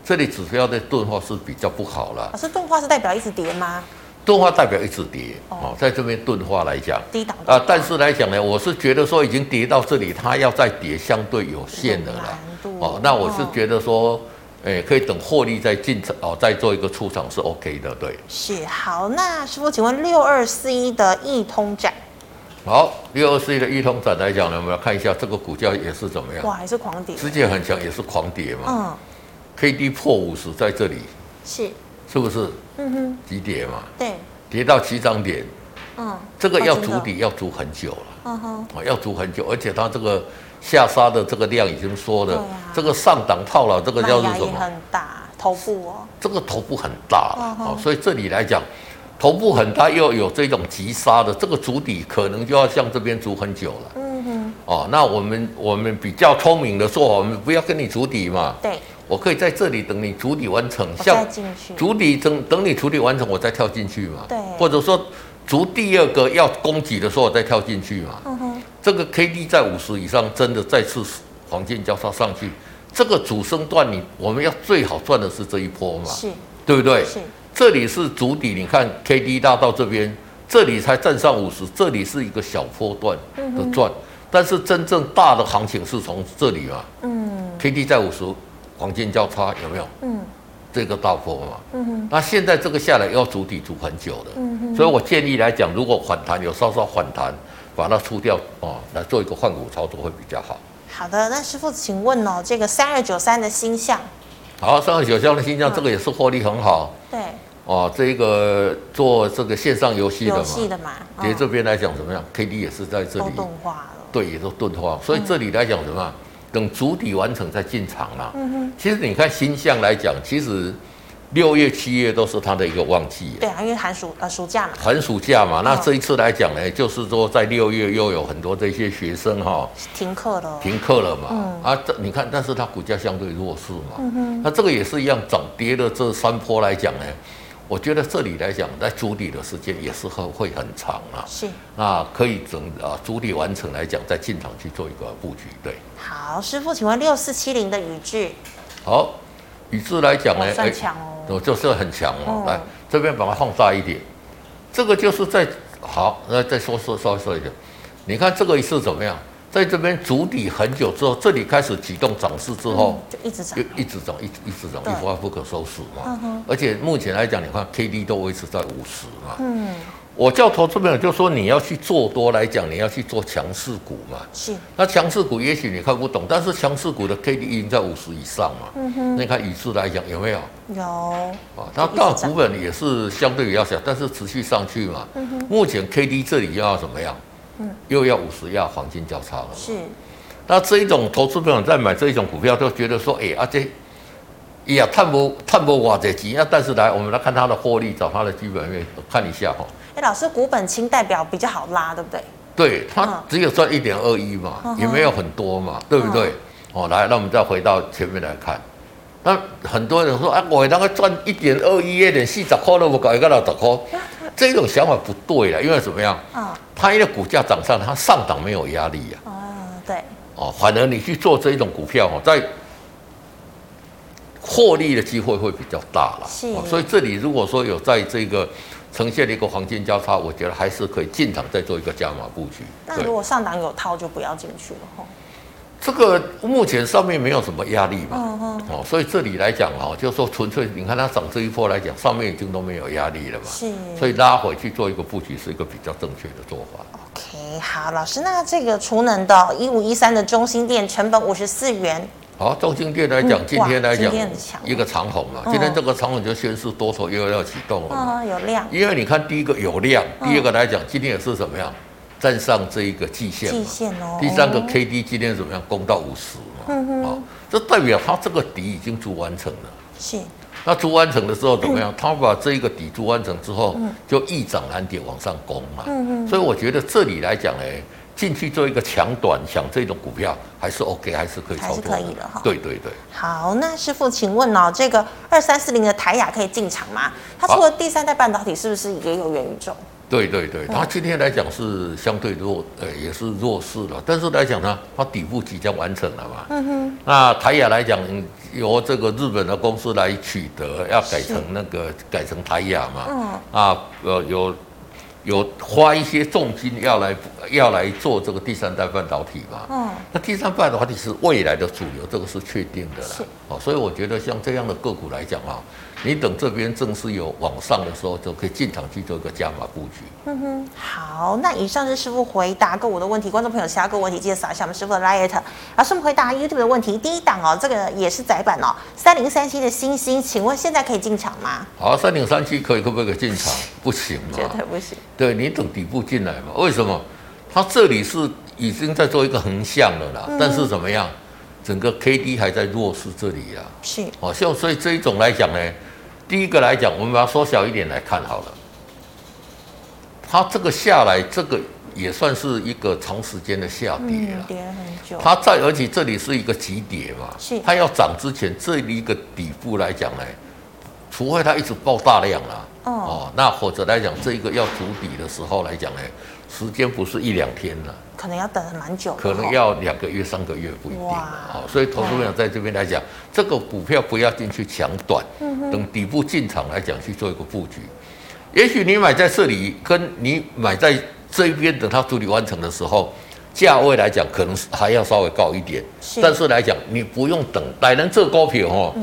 [SPEAKER 2] 这里指标的钝化是比较不好了
[SPEAKER 1] 老，师钝化是代表一直跌吗？
[SPEAKER 2] 钝化代表一直跌
[SPEAKER 1] 哦
[SPEAKER 2] 哦，在这边钝化来讲
[SPEAKER 1] 低档钝化
[SPEAKER 2] 啊，但是来讲呢，我是觉得说已经跌到这里，它要再跌相对有限的啦
[SPEAKER 1] 有难度
[SPEAKER 2] 哦，那我是
[SPEAKER 1] 哦
[SPEAKER 2] 觉得说，诶，可以等获利再进场哦，再做一个出场是 OK 的，对。
[SPEAKER 1] 是好，那师傅，请问六二四一的易通展，
[SPEAKER 2] 好，六二四一的一通展来讲呢，我们来看一下这个股价也是怎么样，
[SPEAKER 1] 哇，还是狂跌，
[SPEAKER 2] 之前很强也是狂跌嘛。
[SPEAKER 1] 嗯，
[SPEAKER 2] K D 破五十在这里，
[SPEAKER 1] 是，
[SPEAKER 2] 是不是
[SPEAKER 1] 嗯哼，
[SPEAKER 2] 急跌嘛？
[SPEAKER 1] 对，
[SPEAKER 2] 跌到起涨点，
[SPEAKER 1] 嗯，
[SPEAKER 2] 这个
[SPEAKER 1] 哦
[SPEAKER 2] 要
[SPEAKER 1] 真
[SPEAKER 2] 筑
[SPEAKER 1] 的
[SPEAKER 2] 底要筑很久了，
[SPEAKER 1] 嗯哼，
[SPEAKER 2] 哦，要筑很久，而且它这个下杀的这个量已经缩了，
[SPEAKER 1] 对啊
[SPEAKER 2] 这个上档套牢，这个
[SPEAKER 1] 麦
[SPEAKER 2] 叫做
[SPEAKER 1] 芽
[SPEAKER 2] 什
[SPEAKER 1] 也
[SPEAKER 2] 么？
[SPEAKER 1] 很大，头部哦，
[SPEAKER 2] 这个头部很大了
[SPEAKER 1] 嗯，哼
[SPEAKER 2] 哦，所以这里来讲，头部很大又有这种急杀的，这个筑底可能就要向这边筑很久了。
[SPEAKER 1] 嗯哼，
[SPEAKER 2] 哦，那我们我们比较聪明的做法，我们不要跟你筑底嘛，
[SPEAKER 1] 对，
[SPEAKER 2] 我可以在这里等你筑底完成，
[SPEAKER 1] 我再进去，
[SPEAKER 2] 主底等等你处理完成，我再跳进去嘛。
[SPEAKER 1] 对
[SPEAKER 2] 或者说足第二个要攻击的时候，我再跳进去嘛。
[SPEAKER 1] 嗯哼，
[SPEAKER 2] 这个 K D 在五十以上，真的再次黄金交叉上去，这个主升段你我们要最好赚的是这一波嘛，
[SPEAKER 1] 是
[SPEAKER 2] 对不对？
[SPEAKER 1] 是，
[SPEAKER 2] 这里是主底，你看 K D 拉到这边，这里才站上五十，这里是一个小波段的
[SPEAKER 1] 嗯
[SPEAKER 2] 赚，但是真正大的行情是从这里嘛
[SPEAKER 1] 嗯
[SPEAKER 2] ，K D 在五十，黄金交叉有没有？
[SPEAKER 1] 嗯
[SPEAKER 2] 这个大波嘛，
[SPEAKER 1] 嗯哼，
[SPEAKER 2] 那现在这个下来要筑底筑很久的，
[SPEAKER 1] 嗯
[SPEAKER 2] 所以我建议来讲，如果反弹有稍稍反弹，把它出掉哦，来做一个换股操作会比较好。
[SPEAKER 1] 好的，那师傅，请问哦，这个三二九三的星象，
[SPEAKER 2] 好，上海九霄的新疆这个也是获利很好
[SPEAKER 1] 对，
[SPEAKER 2] 哦，这个做这个线上游戏的
[SPEAKER 1] 游
[SPEAKER 2] 嘛，
[SPEAKER 1] 戏的嘛，
[SPEAKER 2] 其实
[SPEAKER 1] 嗯
[SPEAKER 2] 这边来讲怎么样？K D 也是在这
[SPEAKER 1] 都
[SPEAKER 2] 里，
[SPEAKER 1] 钝化了，
[SPEAKER 2] 对，也都钝化，
[SPEAKER 1] 嗯
[SPEAKER 2] 所以这里来讲什么样？等主底完成再进场啦、
[SPEAKER 1] 嗯哼，
[SPEAKER 2] 其实你看新向来讲，其实六月、七月都是它的一个旺季耶。
[SPEAKER 1] 对啊，因为寒暑呃暑假嘛，
[SPEAKER 2] 寒暑假嘛，那
[SPEAKER 1] 嗯
[SPEAKER 2] 这一次来讲呢，就是说在六月又有很多这些学生哈、
[SPEAKER 1] 停课了，
[SPEAKER 2] 停课了嘛，啊，这你看，但是它股价相对弱势嘛，那这个也是一样，涨跌的这三波来讲呢，我觉得这里来讲，在主理的时间也是会会很长啊，
[SPEAKER 1] 是。
[SPEAKER 2] 那可以整啊主理完成来讲，再进场去做一个布局，对，
[SPEAKER 1] 好，师傅，请问六四七零的语句，
[SPEAKER 2] 好，宇智来讲呢
[SPEAKER 1] 我，算
[SPEAKER 2] 哎
[SPEAKER 1] 强哦，
[SPEAKER 2] 我就是很强哦
[SPEAKER 1] 嗯。
[SPEAKER 2] 来，这边把它放大一点，这个就是在好，那再说说稍微说一点，你看这个一次怎么样？在这边筑底很久之后，这里开始启动涨势之后，
[SPEAKER 1] 就一直涨
[SPEAKER 2] 就，一直涨，一直一直涨，
[SPEAKER 1] 嗯对
[SPEAKER 2] 一发不可收拾
[SPEAKER 1] 嗯
[SPEAKER 2] 嘛
[SPEAKER 1] 哼。
[SPEAKER 2] 而且目前来讲，你看 K D 都维持在五十嘛。
[SPEAKER 1] 嗯，
[SPEAKER 2] 我叫投资朋友就说你要去做多来讲，你要去做强势股嘛。
[SPEAKER 1] 是，
[SPEAKER 2] 那强势股也许你看不懂，但是强势股的 K D 已经在五十以上嘛。
[SPEAKER 1] 嗯哼，
[SPEAKER 2] 那你看以市来讲有没有？
[SPEAKER 1] 有，
[SPEAKER 2] 啊，它大股本也是相对比较小，但是持续上去嘛。目前 K D E 这里又要怎么样？
[SPEAKER 1] 嗯
[SPEAKER 2] 又要五十，要黄金交叉了。
[SPEAKER 1] 是，
[SPEAKER 2] 那这一种投资朋友在买这一种股票，都觉得说，哎、啊这哎呀，探不探不哇这钱啊！但是来，我们来看它的获利，找它的基本面看一下哈。
[SPEAKER 1] 哎，老师，股本清代表比较好拉，对不对？
[SPEAKER 2] 对，它
[SPEAKER 1] 嗯
[SPEAKER 2] 只有赚一点二一嘛，
[SPEAKER 1] 嗯哼嗯
[SPEAKER 2] 也没有很多嘛，对不对？哦，来，那我们再回到前面来看。那很多人说，啊，我那个赚一点二一，一点四十块都不搞，一个六十块，这种想法不对了，因为怎么样？
[SPEAKER 1] 啊，
[SPEAKER 2] 它因为股价涨上，它上涨没有压力呀、
[SPEAKER 1] 啊，对，
[SPEAKER 2] 哦，反而你去做这一种股票哦，在获利的机会会比较大了。
[SPEAKER 1] 是
[SPEAKER 2] 哦所以这里如果说有在这个呈现了一个黄金交叉，我觉得还是可以进场再做一个加码布局。
[SPEAKER 1] 那
[SPEAKER 2] 对
[SPEAKER 1] 如果上档有套就不要进去了吼。
[SPEAKER 2] 这个目前上面没有什么压力嘛，
[SPEAKER 1] 嗯哼，
[SPEAKER 2] 哦，所以这里来讲哦，就是说纯粹你看它涨这一波来讲，上面已经都没有压力了嘛，
[SPEAKER 1] 是
[SPEAKER 2] 所以拉回去做一个布局是一个比较正确的做法。
[SPEAKER 1] 哦，OK，好，老师，那这个储能的一五一三的中心店成本五十四元，
[SPEAKER 2] 好，中心店来讲，
[SPEAKER 1] 嗯
[SPEAKER 2] 今天来
[SPEAKER 1] 哇今
[SPEAKER 2] 讲
[SPEAKER 1] 天很强
[SPEAKER 2] 一个长红嘛，
[SPEAKER 1] 嗯
[SPEAKER 2] 今天这个长红就宣示多头又要启动了嘛。
[SPEAKER 1] 嗯，有量
[SPEAKER 2] 因为你看第一个有量，
[SPEAKER 1] 嗯
[SPEAKER 2] 第二个来讲，今天也是怎么样，站上这一个季线嘛
[SPEAKER 1] 季线哦。
[SPEAKER 2] 第三个
[SPEAKER 1] 哦
[SPEAKER 2] K D 今天怎么样，攻到五十嘛
[SPEAKER 1] 嗯，哼
[SPEAKER 2] 哦，这代表它这个底已经筑完成了。
[SPEAKER 1] 哎是
[SPEAKER 2] 那筑完成的时候怎
[SPEAKER 1] 嗯
[SPEAKER 2] 么样？它把这一个底筑完成之后，就一涨难点往上攻嘛。
[SPEAKER 1] 嗯
[SPEAKER 2] 所以我觉得这里来讲，哎，进去做一个强短，想这种股票还是 OK，还是可以
[SPEAKER 1] 还
[SPEAKER 2] 操
[SPEAKER 1] 是
[SPEAKER 2] 作
[SPEAKER 1] 可以的哈
[SPEAKER 2] 对对对。
[SPEAKER 1] 好，那师傅，请问哦，这个二三四零的台雅可以进场吗？它除了第三代半导体，是不是也有元宇宙？
[SPEAKER 2] 对对
[SPEAKER 1] 嗯
[SPEAKER 2] 对，它今天来讲是相对弱，呃，也是弱势了。但是来讲呢，它底部即将完成了嘛。嗯哼。那台雅来讲，嗯由这个日本的公司来取得，要改成那个改成台雅嘛。
[SPEAKER 1] 嗯。
[SPEAKER 2] 啊，呃，有有花一些重金要来要来做这个第三代半导体嘛。
[SPEAKER 1] 嗯，
[SPEAKER 2] 那第三半导体是未来的主流，这个是确定的啦
[SPEAKER 1] 是。
[SPEAKER 2] 哦，所以我觉得像这样的个股来讲啊，你等这边正式有往上的时候，就可以进场去做一个加码布局。
[SPEAKER 1] 嗯哼，好，那以上是师傅回答个股的问题，观众朋友其他个问题记得扫一下我们师傅的 liet。老师，我们回答 YouTube 的问题，第一档哦，这个也是窄板哦，三零三七的星星，请问现在可以进场吗？
[SPEAKER 2] 好，三零三七可以可不可以进场？不行
[SPEAKER 1] 绝
[SPEAKER 2] 嘛，
[SPEAKER 1] 对不行，
[SPEAKER 2] 对你等底部进来嘛？为什么？它这里是已经在做一个横向了啦，
[SPEAKER 1] 嗯
[SPEAKER 2] 但是怎么样？整个 K D 还在弱势这里啊。
[SPEAKER 1] 是
[SPEAKER 2] 哦，像所以这一种来讲呢，第一个来讲，我们把它缩小一点来看好了。它这个下来，这个也算是一个长时间的下跌
[SPEAKER 1] 嗯
[SPEAKER 2] 了。
[SPEAKER 1] 跌了很久，
[SPEAKER 2] 它在，而且这里是一个急跌嘛，
[SPEAKER 1] 是
[SPEAKER 2] 它要涨之前这一个底部来讲呢，除非它一直爆大量啦、
[SPEAKER 1] 哦
[SPEAKER 2] 那或者来讲这一个要筑底的时候来讲呢，时间不是一两天了、
[SPEAKER 1] 可能要等蛮久的哦，
[SPEAKER 2] 可能要两个月、三个月不一定
[SPEAKER 1] 哇
[SPEAKER 2] 啊。好，所以投资朋友在这边来讲，这个股票不要进去抢短，
[SPEAKER 1] 嗯
[SPEAKER 2] 等底部进场来讲去做一个布局。也许你买在这里，跟你买在这边，等它处理完成的时候，价位来讲可能是还要稍微高一点，
[SPEAKER 1] 是嗯
[SPEAKER 2] 但是来讲你不用等，来能这高票哦，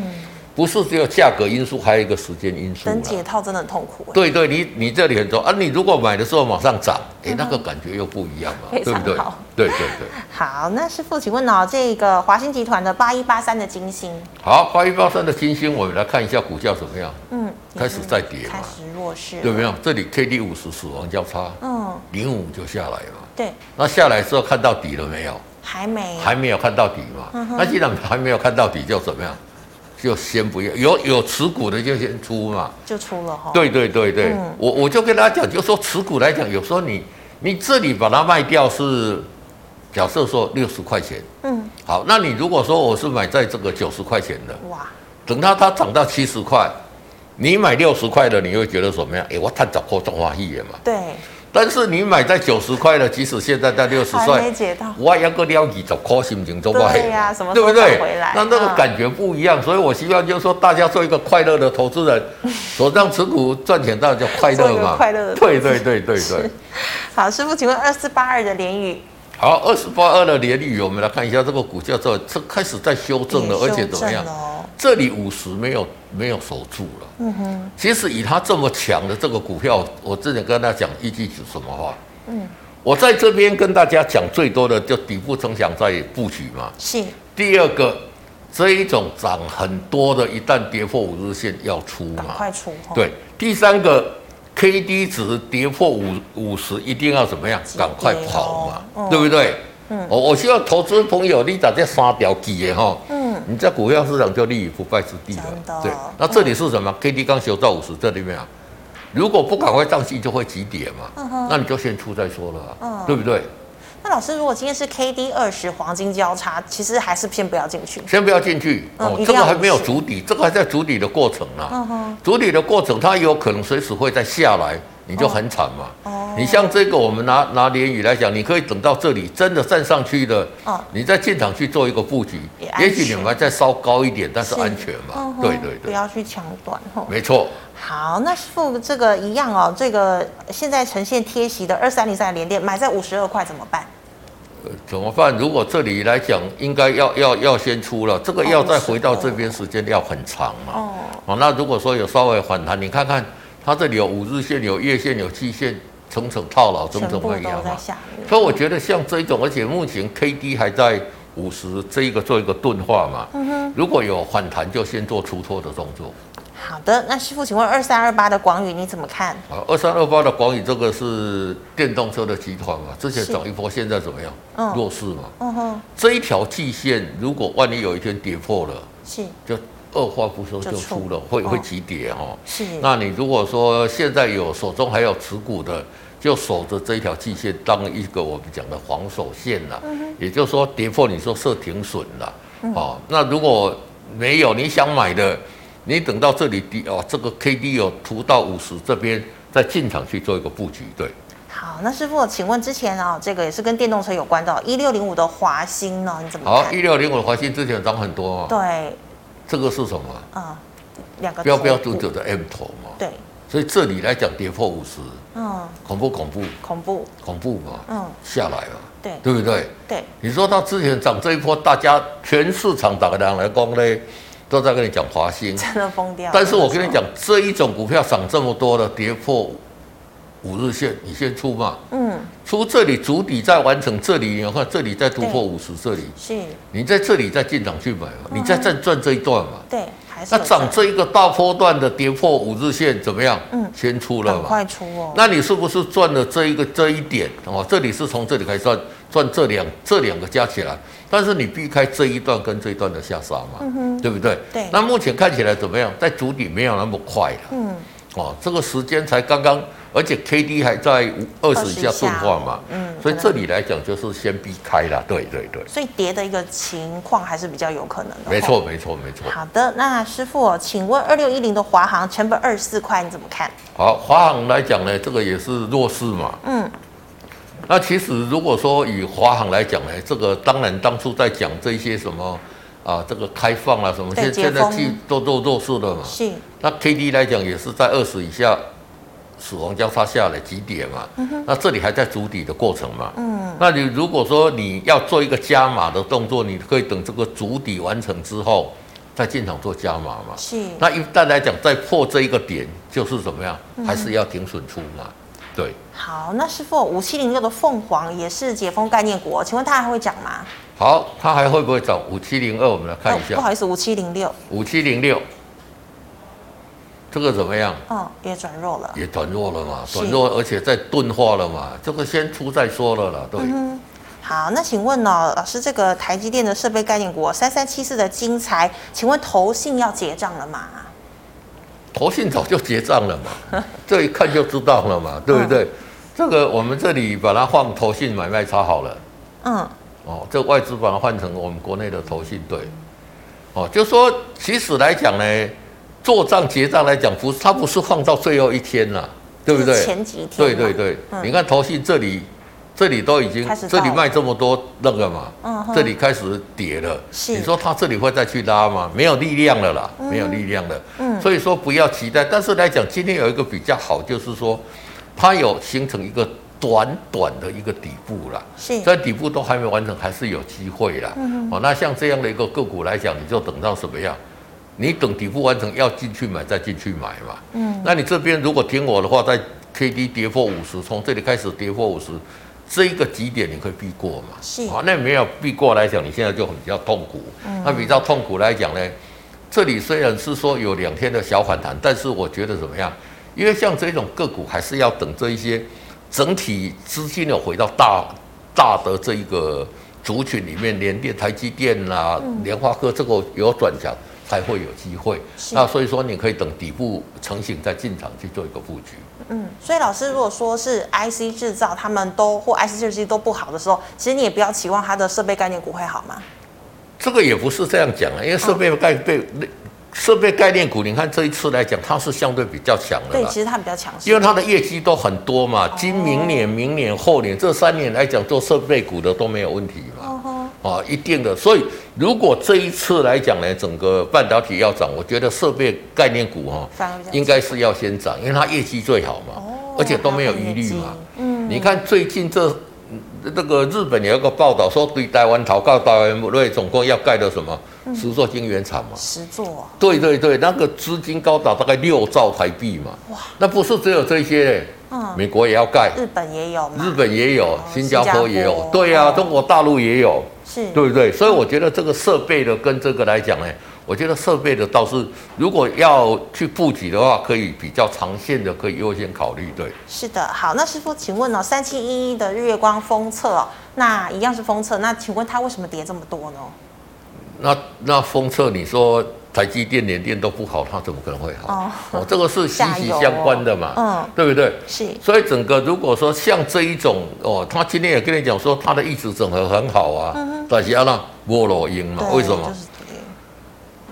[SPEAKER 2] 不是只有价格因素，还有一个时间因素啦
[SPEAKER 1] 等解套真的很痛苦，
[SPEAKER 2] 对对，你你这里很多啊，你如果买的时候马上涨，哎、那个感觉又不一样嘛，
[SPEAKER 1] 嗯非
[SPEAKER 2] 对
[SPEAKER 1] 常
[SPEAKER 2] 不对
[SPEAKER 1] 好？
[SPEAKER 2] 对对对。
[SPEAKER 1] 好，那师傅，请问哦，这个华兴集团的八一八三的金星，
[SPEAKER 2] 好，八一八三的金星，我们来看一下股价怎么样，
[SPEAKER 1] 嗯，
[SPEAKER 2] 开始在跌
[SPEAKER 1] 开
[SPEAKER 2] 嘛，
[SPEAKER 1] 始弱势，
[SPEAKER 2] 对不？对？这里 K D 五十死亡交叉
[SPEAKER 1] 嗯，
[SPEAKER 2] 零五就下来了，
[SPEAKER 1] 对，
[SPEAKER 2] 那下来之后看到底了没有？
[SPEAKER 1] 还没，
[SPEAKER 2] 还没有看到底嘛？
[SPEAKER 1] 嗯
[SPEAKER 2] 那既然还没有看到底，就怎么样？就先不要，有有持股的就先出嘛。
[SPEAKER 1] 就出了哈、哦，，
[SPEAKER 2] 对对对对，
[SPEAKER 1] 嗯
[SPEAKER 2] 我我就跟大家讲，就说持股来讲，有时候你你这里把它卖掉是，假设说六十块钱，
[SPEAKER 1] 嗯，
[SPEAKER 2] 好，那你如果说我是买在这个九十块钱的，
[SPEAKER 1] 哇，
[SPEAKER 2] 等到它涨到七十块，你买六十块的，你会觉得怎么样？哎、我探找过中华一元嘛。
[SPEAKER 1] 对，
[SPEAKER 2] 但是你买在九十块的，即使现在在六十
[SPEAKER 1] 还没
[SPEAKER 2] 块，
[SPEAKER 1] 解套，
[SPEAKER 2] 我要个撩几十块，心情都不好。
[SPEAKER 1] 对呀什么时
[SPEAKER 2] 对
[SPEAKER 1] 候
[SPEAKER 2] 不对
[SPEAKER 1] 赚回来？
[SPEAKER 2] 那那个
[SPEAKER 1] 嗯
[SPEAKER 2] 感觉不一样，所以我希望就是说，大家做一个快乐的 投资人，手上持股赚钱，当然叫快
[SPEAKER 1] 做一
[SPEAKER 2] 乐
[SPEAKER 1] 个
[SPEAKER 2] 嘛。
[SPEAKER 1] 快乐的投
[SPEAKER 2] 对对对对 对。
[SPEAKER 1] 好，师傅，请问二四八二的联宇
[SPEAKER 2] 好，二十八二的连率，我们来看一下这个股价这这开始在修正了，而且怎么样？
[SPEAKER 1] 哦，
[SPEAKER 2] 这里五十没有没有守住了。嗯哼，其实以它这么强的这个股票，我之前跟大家讲一句什么话？嗯，我在这边跟大家讲最多的就底部增强在布局嘛。
[SPEAKER 1] 是，
[SPEAKER 2] 第二个，这一种涨很多的，一旦跌破五日线要出
[SPEAKER 1] 赶
[SPEAKER 2] 嘛。
[SPEAKER 1] 快出、哦，，
[SPEAKER 2] 对，第三个。K D 值跌破五五十，一定要怎么样？
[SPEAKER 1] 急跌
[SPEAKER 2] 赶
[SPEAKER 1] 哦
[SPEAKER 2] 快跑嘛，
[SPEAKER 1] 嗯
[SPEAKER 2] 对不对？嗯，我我希望投资朋友，你咋这三条记的哈？
[SPEAKER 1] 嗯，
[SPEAKER 2] 你在股票市场就立于不败之地
[SPEAKER 1] 真的
[SPEAKER 2] 了。对，那这里是什么、k D 刚修到五十，这里面啊，如果不赶快上去，就会急跌嘛。那你就先出再说了、啊，
[SPEAKER 1] 嗯
[SPEAKER 2] 对不对？
[SPEAKER 1] 那老师，如果今天是 K D 二十黄金交叉，其实还是先不要进去，
[SPEAKER 2] 先不要进去
[SPEAKER 1] 嗯
[SPEAKER 2] 哦
[SPEAKER 1] 一，定
[SPEAKER 2] 这个
[SPEAKER 1] 要
[SPEAKER 2] 还没有
[SPEAKER 1] 50
[SPEAKER 2] 筑底，这个还在筑底的过程呢、
[SPEAKER 1] 嗯哼，
[SPEAKER 2] 筑底的过程，它有可能随时会再下来，你就很惨嘛。
[SPEAKER 1] 哦
[SPEAKER 2] 你像这个，我们拿拿联宇来讲，你可以等到这里真的站上去的，
[SPEAKER 1] 哦
[SPEAKER 2] 你再进场去做一个布局
[SPEAKER 1] 也，安
[SPEAKER 2] 也
[SPEAKER 1] 全
[SPEAKER 2] 许你们再稍高一点，但是安全嘛
[SPEAKER 1] 嗯。哼
[SPEAKER 2] 对对
[SPEAKER 1] 不
[SPEAKER 2] 对，
[SPEAKER 1] 要去抢短哦。
[SPEAKER 2] 没错。
[SPEAKER 1] 好，那师傅这个一样哦，这个现在呈现贴息的二三零三连电买在五十二块怎么办？
[SPEAKER 2] 呃怎么办？如果这里来讲，应该要要要先出了，这个要再回到这边时间要很长嘛。
[SPEAKER 1] 哦，
[SPEAKER 2] 哦，那如果说有稍微反弹，你看看它这里有五日线、有月线、有季线，层层套牢，层
[SPEAKER 1] 全
[SPEAKER 2] 层
[SPEAKER 1] 部
[SPEAKER 2] 会
[SPEAKER 1] 都
[SPEAKER 2] 压
[SPEAKER 1] 在
[SPEAKER 2] 嘛。
[SPEAKER 1] 下面。
[SPEAKER 2] 所以我觉得像这一种，而且目前 K D 还在五十这一个做一个钝化嘛。
[SPEAKER 1] 嗯
[SPEAKER 2] 如果有反弹，就先做出脱的动作。
[SPEAKER 1] 好的，那师傅，请问二三二八的广宇你怎么看？
[SPEAKER 2] 啊，二三二八的广宇这个是电动车的集团嘛，之前涨一波，现在怎么样？
[SPEAKER 1] 嗯
[SPEAKER 2] 弱势嘛。
[SPEAKER 1] 嗯哼，
[SPEAKER 2] 这一条季线，如果万一有一天跌破了，
[SPEAKER 1] 是
[SPEAKER 2] 就二话不说
[SPEAKER 1] 就
[SPEAKER 2] 就
[SPEAKER 1] 出
[SPEAKER 2] 出了，会
[SPEAKER 1] 哦
[SPEAKER 2] 会急跌哦。
[SPEAKER 1] 是，
[SPEAKER 2] 那你如果说现在有手中还有持股的，就守着这一条季线当一个我们讲的防守线啦。也就是说，跌破你说设停损啦。哦，那如果没有你想买的，你等到这里低哦，这个 K D 有突到五十这边再进场去做一个布局，对。
[SPEAKER 1] 好，那师傅，请问之前啊、这个也是跟电动车有关的、哦，一六零五的华星呢，你怎么
[SPEAKER 2] 好，
[SPEAKER 1] 看？
[SPEAKER 2] 一六零五的华兴之前涨很多嘛，
[SPEAKER 1] 对，
[SPEAKER 2] 这个是什么？
[SPEAKER 1] 嗯，两个
[SPEAKER 2] 标标
[SPEAKER 1] 头
[SPEAKER 2] 准
[SPEAKER 1] 部
[SPEAKER 2] 准的 M 头嘛，
[SPEAKER 1] 对，
[SPEAKER 2] 所以这里来讲跌破五十，
[SPEAKER 1] 嗯，
[SPEAKER 2] 恐怖恐怖
[SPEAKER 1] 恐怖，
[SPEAKER 2] 恐怖嘛，
[SPEAKER 1] 嗯，
[SPEAKER 2] 下来嘛，
[SPEAKER 1] 对
[SPEAKER 2] 对不对？
[SPEAKER 1] 对，
[SPEAKER 2] 你说它之前涨这一波，大家全市场打个两来光嘞，都在跟你讲华兴。
[SPEAKER 1] 真的疯掉了。
[SPEAKER 2] 但是我跟你讲，这一种股票涨这么多的，跌破五日线，你先出嘛，
[SPEAKER 1] 嗯，
[SPEAKER 2] 出这里主底再完成这里，你看这里再突破五十，这里
[SPEAKER 1] 是，
[SPEAKER 2] 你在这里再进场去买嘛，
[SPEAKER 1] 嗯
[SPEAKER 2] 你再再赚这一段嘛。
[SPEAKER 1] 对，还是
[SPEAKER 2] 那
[SPEAKER 1] 有
[SPEAKER 2] 涨
[SPEAKER 1] 赚
[SPEAKER 2] 这一个大波段的跌破五日线怎么样？
[SPEAKER 1] 嗯
[SPEAKER 2] 先出了
[SPEAKER 1] 很
[SPEAKER 2] 嘛。
[SPEAKER 1] 快出哦。
[SPEAKER 2] 那你是不是赚了这一个这一点哦？这里是从这里开始赚，赚这两这两个加起来，但是你避开这一段跟这一段的下杀嘛，对不嗯对？
[SPEAKER 1] 对
[SPEAKER 2] 那目前看起来怎么样？在主底没有那么快了。
[SPEAKER 1] 嗯，
[SPEAKER 2] 哦，这个时间才刚刚，而且 K D 还在二十以下钝化嘛，
[SPEAKER 1] 嗯
[SPEAKER 2] 所以这里来讲就是先避开了。对对对，
[SPEAKER 1] 所以跌的一个情况还是比较有可能的、
[SPEAKER 2] 没。错没错没错。
[SPEAKER 1] 好的，那师傅、哦，请问二六一零的华航成本二十四块，你怎么看？
[SPEAKER 2] 好，华航来讲呢，这个也是弱势嘛。
[SPEAKER 1] 嗯。
[SPEAKER 2] 那其实如果说以华航来讲呢，这个当然当初在讲这些什么啊，这个开放啊什么，
[SPEAKER 1] 对
[SPEAKER 2] 现现
[SPEAKER 1] 解
[SPEAKER 2] 在
[SPEAKER 1] 封
[SPEAKER 2] 去都都弱势了嘛。
[SPEAKER 1] 是，
[SPEAKER 2] 那 K D 来讲也是在二十以下死亡交叉下来几点嘛。那这里还在筑底的过程嘛。
[SPEAKER 1] 嗯，
[SPEAKER 2] 那你如果说你要做一个加码的动作，你可以等这个筑底完成之后再进场做加码嘛。
[SPEAKER 1] 是。
[SPEAKER 2] 那一旦来讲，再破这一个点，就是怎么样，还是要停损出嘛？对，
[SPEAKER 1] 好，那师傅，五七零六的凤凰也是解封概念股哦，请问它还会涨吗？
[SPEAKER 2] 好，它还会不会涨？五七零二，我们来看一
[SPEAKER 1] 哦不
[SPEAKER 2] 下，
[SPEAKER 1] 好意思，五七零六，
[SPEAKER 2] 五七零六，这个怎么样？
[SPEAKER 1] 嗯，也转弱了。
[SPEAKER 2] 也转弱了嘛，
[SPEAKER 1] 是
[SPEAKER 2] 转弱，而且在钝化了嘛，这个先出再说了啦，对。
[SPEAKER 1] 嗯 好，那请问哦，老师，这个台积电的设备概念股哦三三七四的精材，请问投信要结账了吗？
[SPEAKER 2] 投信早就结账了嘛，这一看就知道了嘛，对不对？
[SPEAKER 1] 嗯
[SPEAKER 2] 这个我们这里把它换投信买卖差好了。
[SPEAKER 1] 嗯，
[SPEAKER 2] 哦，这外资把它换成我们国内的投信对，哦，就说其实来讲呢，做账结账来讲，不是它不是放到最后一天了，对不
[SPEAKER 1] 就
[SPEAKER 2] 对
[SPEAKER 1] 是？前几天。
[SPEAKER 2] 对对。对，
[SPEAKER 1] 嗯
[SPEAKER 2] 你看投信这里，这里都已经
[SPEAKER 1] 开始到
[SPEAKER 2] 这
[SPEAKER 1] 了
[SPEAKER 2] 里卖这么多那个嘛，
[SPEAKER 1] 嗯哼
[SPEAKER 2] 这里开始跌了，
[SPEAKER 1] 是
[SPEAKER 2] 你说它这里会再去拉吗？没有力量了啦，没有力量了，
[SPEAKER 1] 嗯
[SPEAKER 2] 所以说不要期待。但是来讲，今天有一个比较好，就是说它有形成一个短短的一个底部啦。
[SPEAKER 1] 是。嗯
[SPEAKER 2] 在底部都还没完成，还是有机会啦。哦，那像这样的一个个股来讲，你就等到什么样？你等底部完成要进去买，再进去买嘛。
[SPEAKER 1] 嗯，
[SPEAKER 2] 那你这边如果听我的话，在 K D 跌破五十，从这里开始跌破五十，这一个极点你可以避过嘛？
[SPEAKER 1] 是嗯
[SPEAKER 2] 啊，那没有避过来讲，你现在就很比较痛苦。那比较痛苦来讲呢，这里虽然是说有两天的小反弹，但是我觉得怎么样？因为像这种个股还是要等这一些整体资金有回到大大的这一个族群里面，连电、台积电啦、
[SPEAKER 1] 嗯
[SPEAKER 2] 联发科这个有转强才会有机会。
[SPEAKER 1] 是
[SPEAKER 2] 那所以说你可以等底部成型再进场去做一个布局。
[SPEAKER 1] 嗯，所以老师，如果说是 IC 制造他们都或 IC 设计都不好的时候，其实你也不要期望它的设备概念股会好嘛。
[SPEAKER 2] 这个也不是这样讲啊，因为设备
[SPEAKER 1] 哦
[SPEAKER 2] 概被设备概念股，你看这一次来讲，它是相对比较强的
[SPEAKER 1] 对，
[SPEAKER 2] 啦
[SPEAKER 1] 其。实它比较强势。
[SPEAKER 2] 因为它的业绩都很多
[SPEAKER 1] 哦
[SPEAKER 2] 嘛，今明年、明年、后年这三年来讲，做设备股的都没有问题嘛，
[SPEAKER 1] 哦吼，
[SPEAKER 2] 啊，一定的。所以如果这一次来讲呢，整个半导体要涨，我觉得设备概念股哈、
[SPEAKER 1] 反而比较
[SPEAKER 2] 应该是要先涨，因为它业绩最好嘛，
[SPEAKER 1] 哦
[SPEAKER 2] 而且都没有疑
[SPEAKER 1] 它有业
[SPEAKER 2] 虑嘛。
[SPEAKER 1] 绩嗯，
[SPEAKER 2] 你看最近这那个日本有一个报道说，对台湾投告台湾瑞总共要盖的什么
[SPEAKER 1] 嗯
[SPEAKER 2] 十座晶圆厂嘛。
[SPEAKER 1] 十座
[SPEAKER 2] 对对对，那个资金高达大概六兆台币嘛。
[SPEAKER 1] 哇
[SPEAKER 2] 那不是只有这些嘞，
[SPEAKER 1] 嗯
[SPEAKER 2] 美国也要盖，
[SPEAKER 1] 日本也有嘛？
[SPEAKER 2] 日本也有，新加坡也有
[SPEAKER 1] 新加坡，
[SPEAKER 2] 对呀、啊
[SPEAKER 1] 哦
[SPEAKER 2] 中国大陆也有。
[SPEAKER 1] 是
[SPEAKER 2] 对不对？所以我觉得这个设备的跟这个来讲呢，我觉得设备的倒是如果要去布局的话，可以比较长线的可以优先考虑。对，
[SPEAKER 1] 是的。好，那师傅，请问哦，三七一一的日月光封测哦，那一样是封测，那请问它为什么跌这么多呢？
[SPEAKER 2] 那那封测你说台积电、联电都不好，它怎么可能会好？
[SPEAKER 1] 哦
[SPEAKER 2] 这个是息
[SPEAKER 1] 加
[SPEAKER 2] 息
[SPEAKER 1] 油哦
[SPEAKER 2] 相关的嘛，
[SPEAKER 1] 嗯
[SPEAKER 2] 对不对？
[SPEAKER 1] 是
[SPEAKER 2] 所以整个如果说像这一种哦，他今天也跟你讲说他的意识整合很好啊，但是要让波罗赢嘛，
[SPEAKER 1] 对
[SPEAKER 2] 啊为什么？
[SPEAKER 1] 就是跌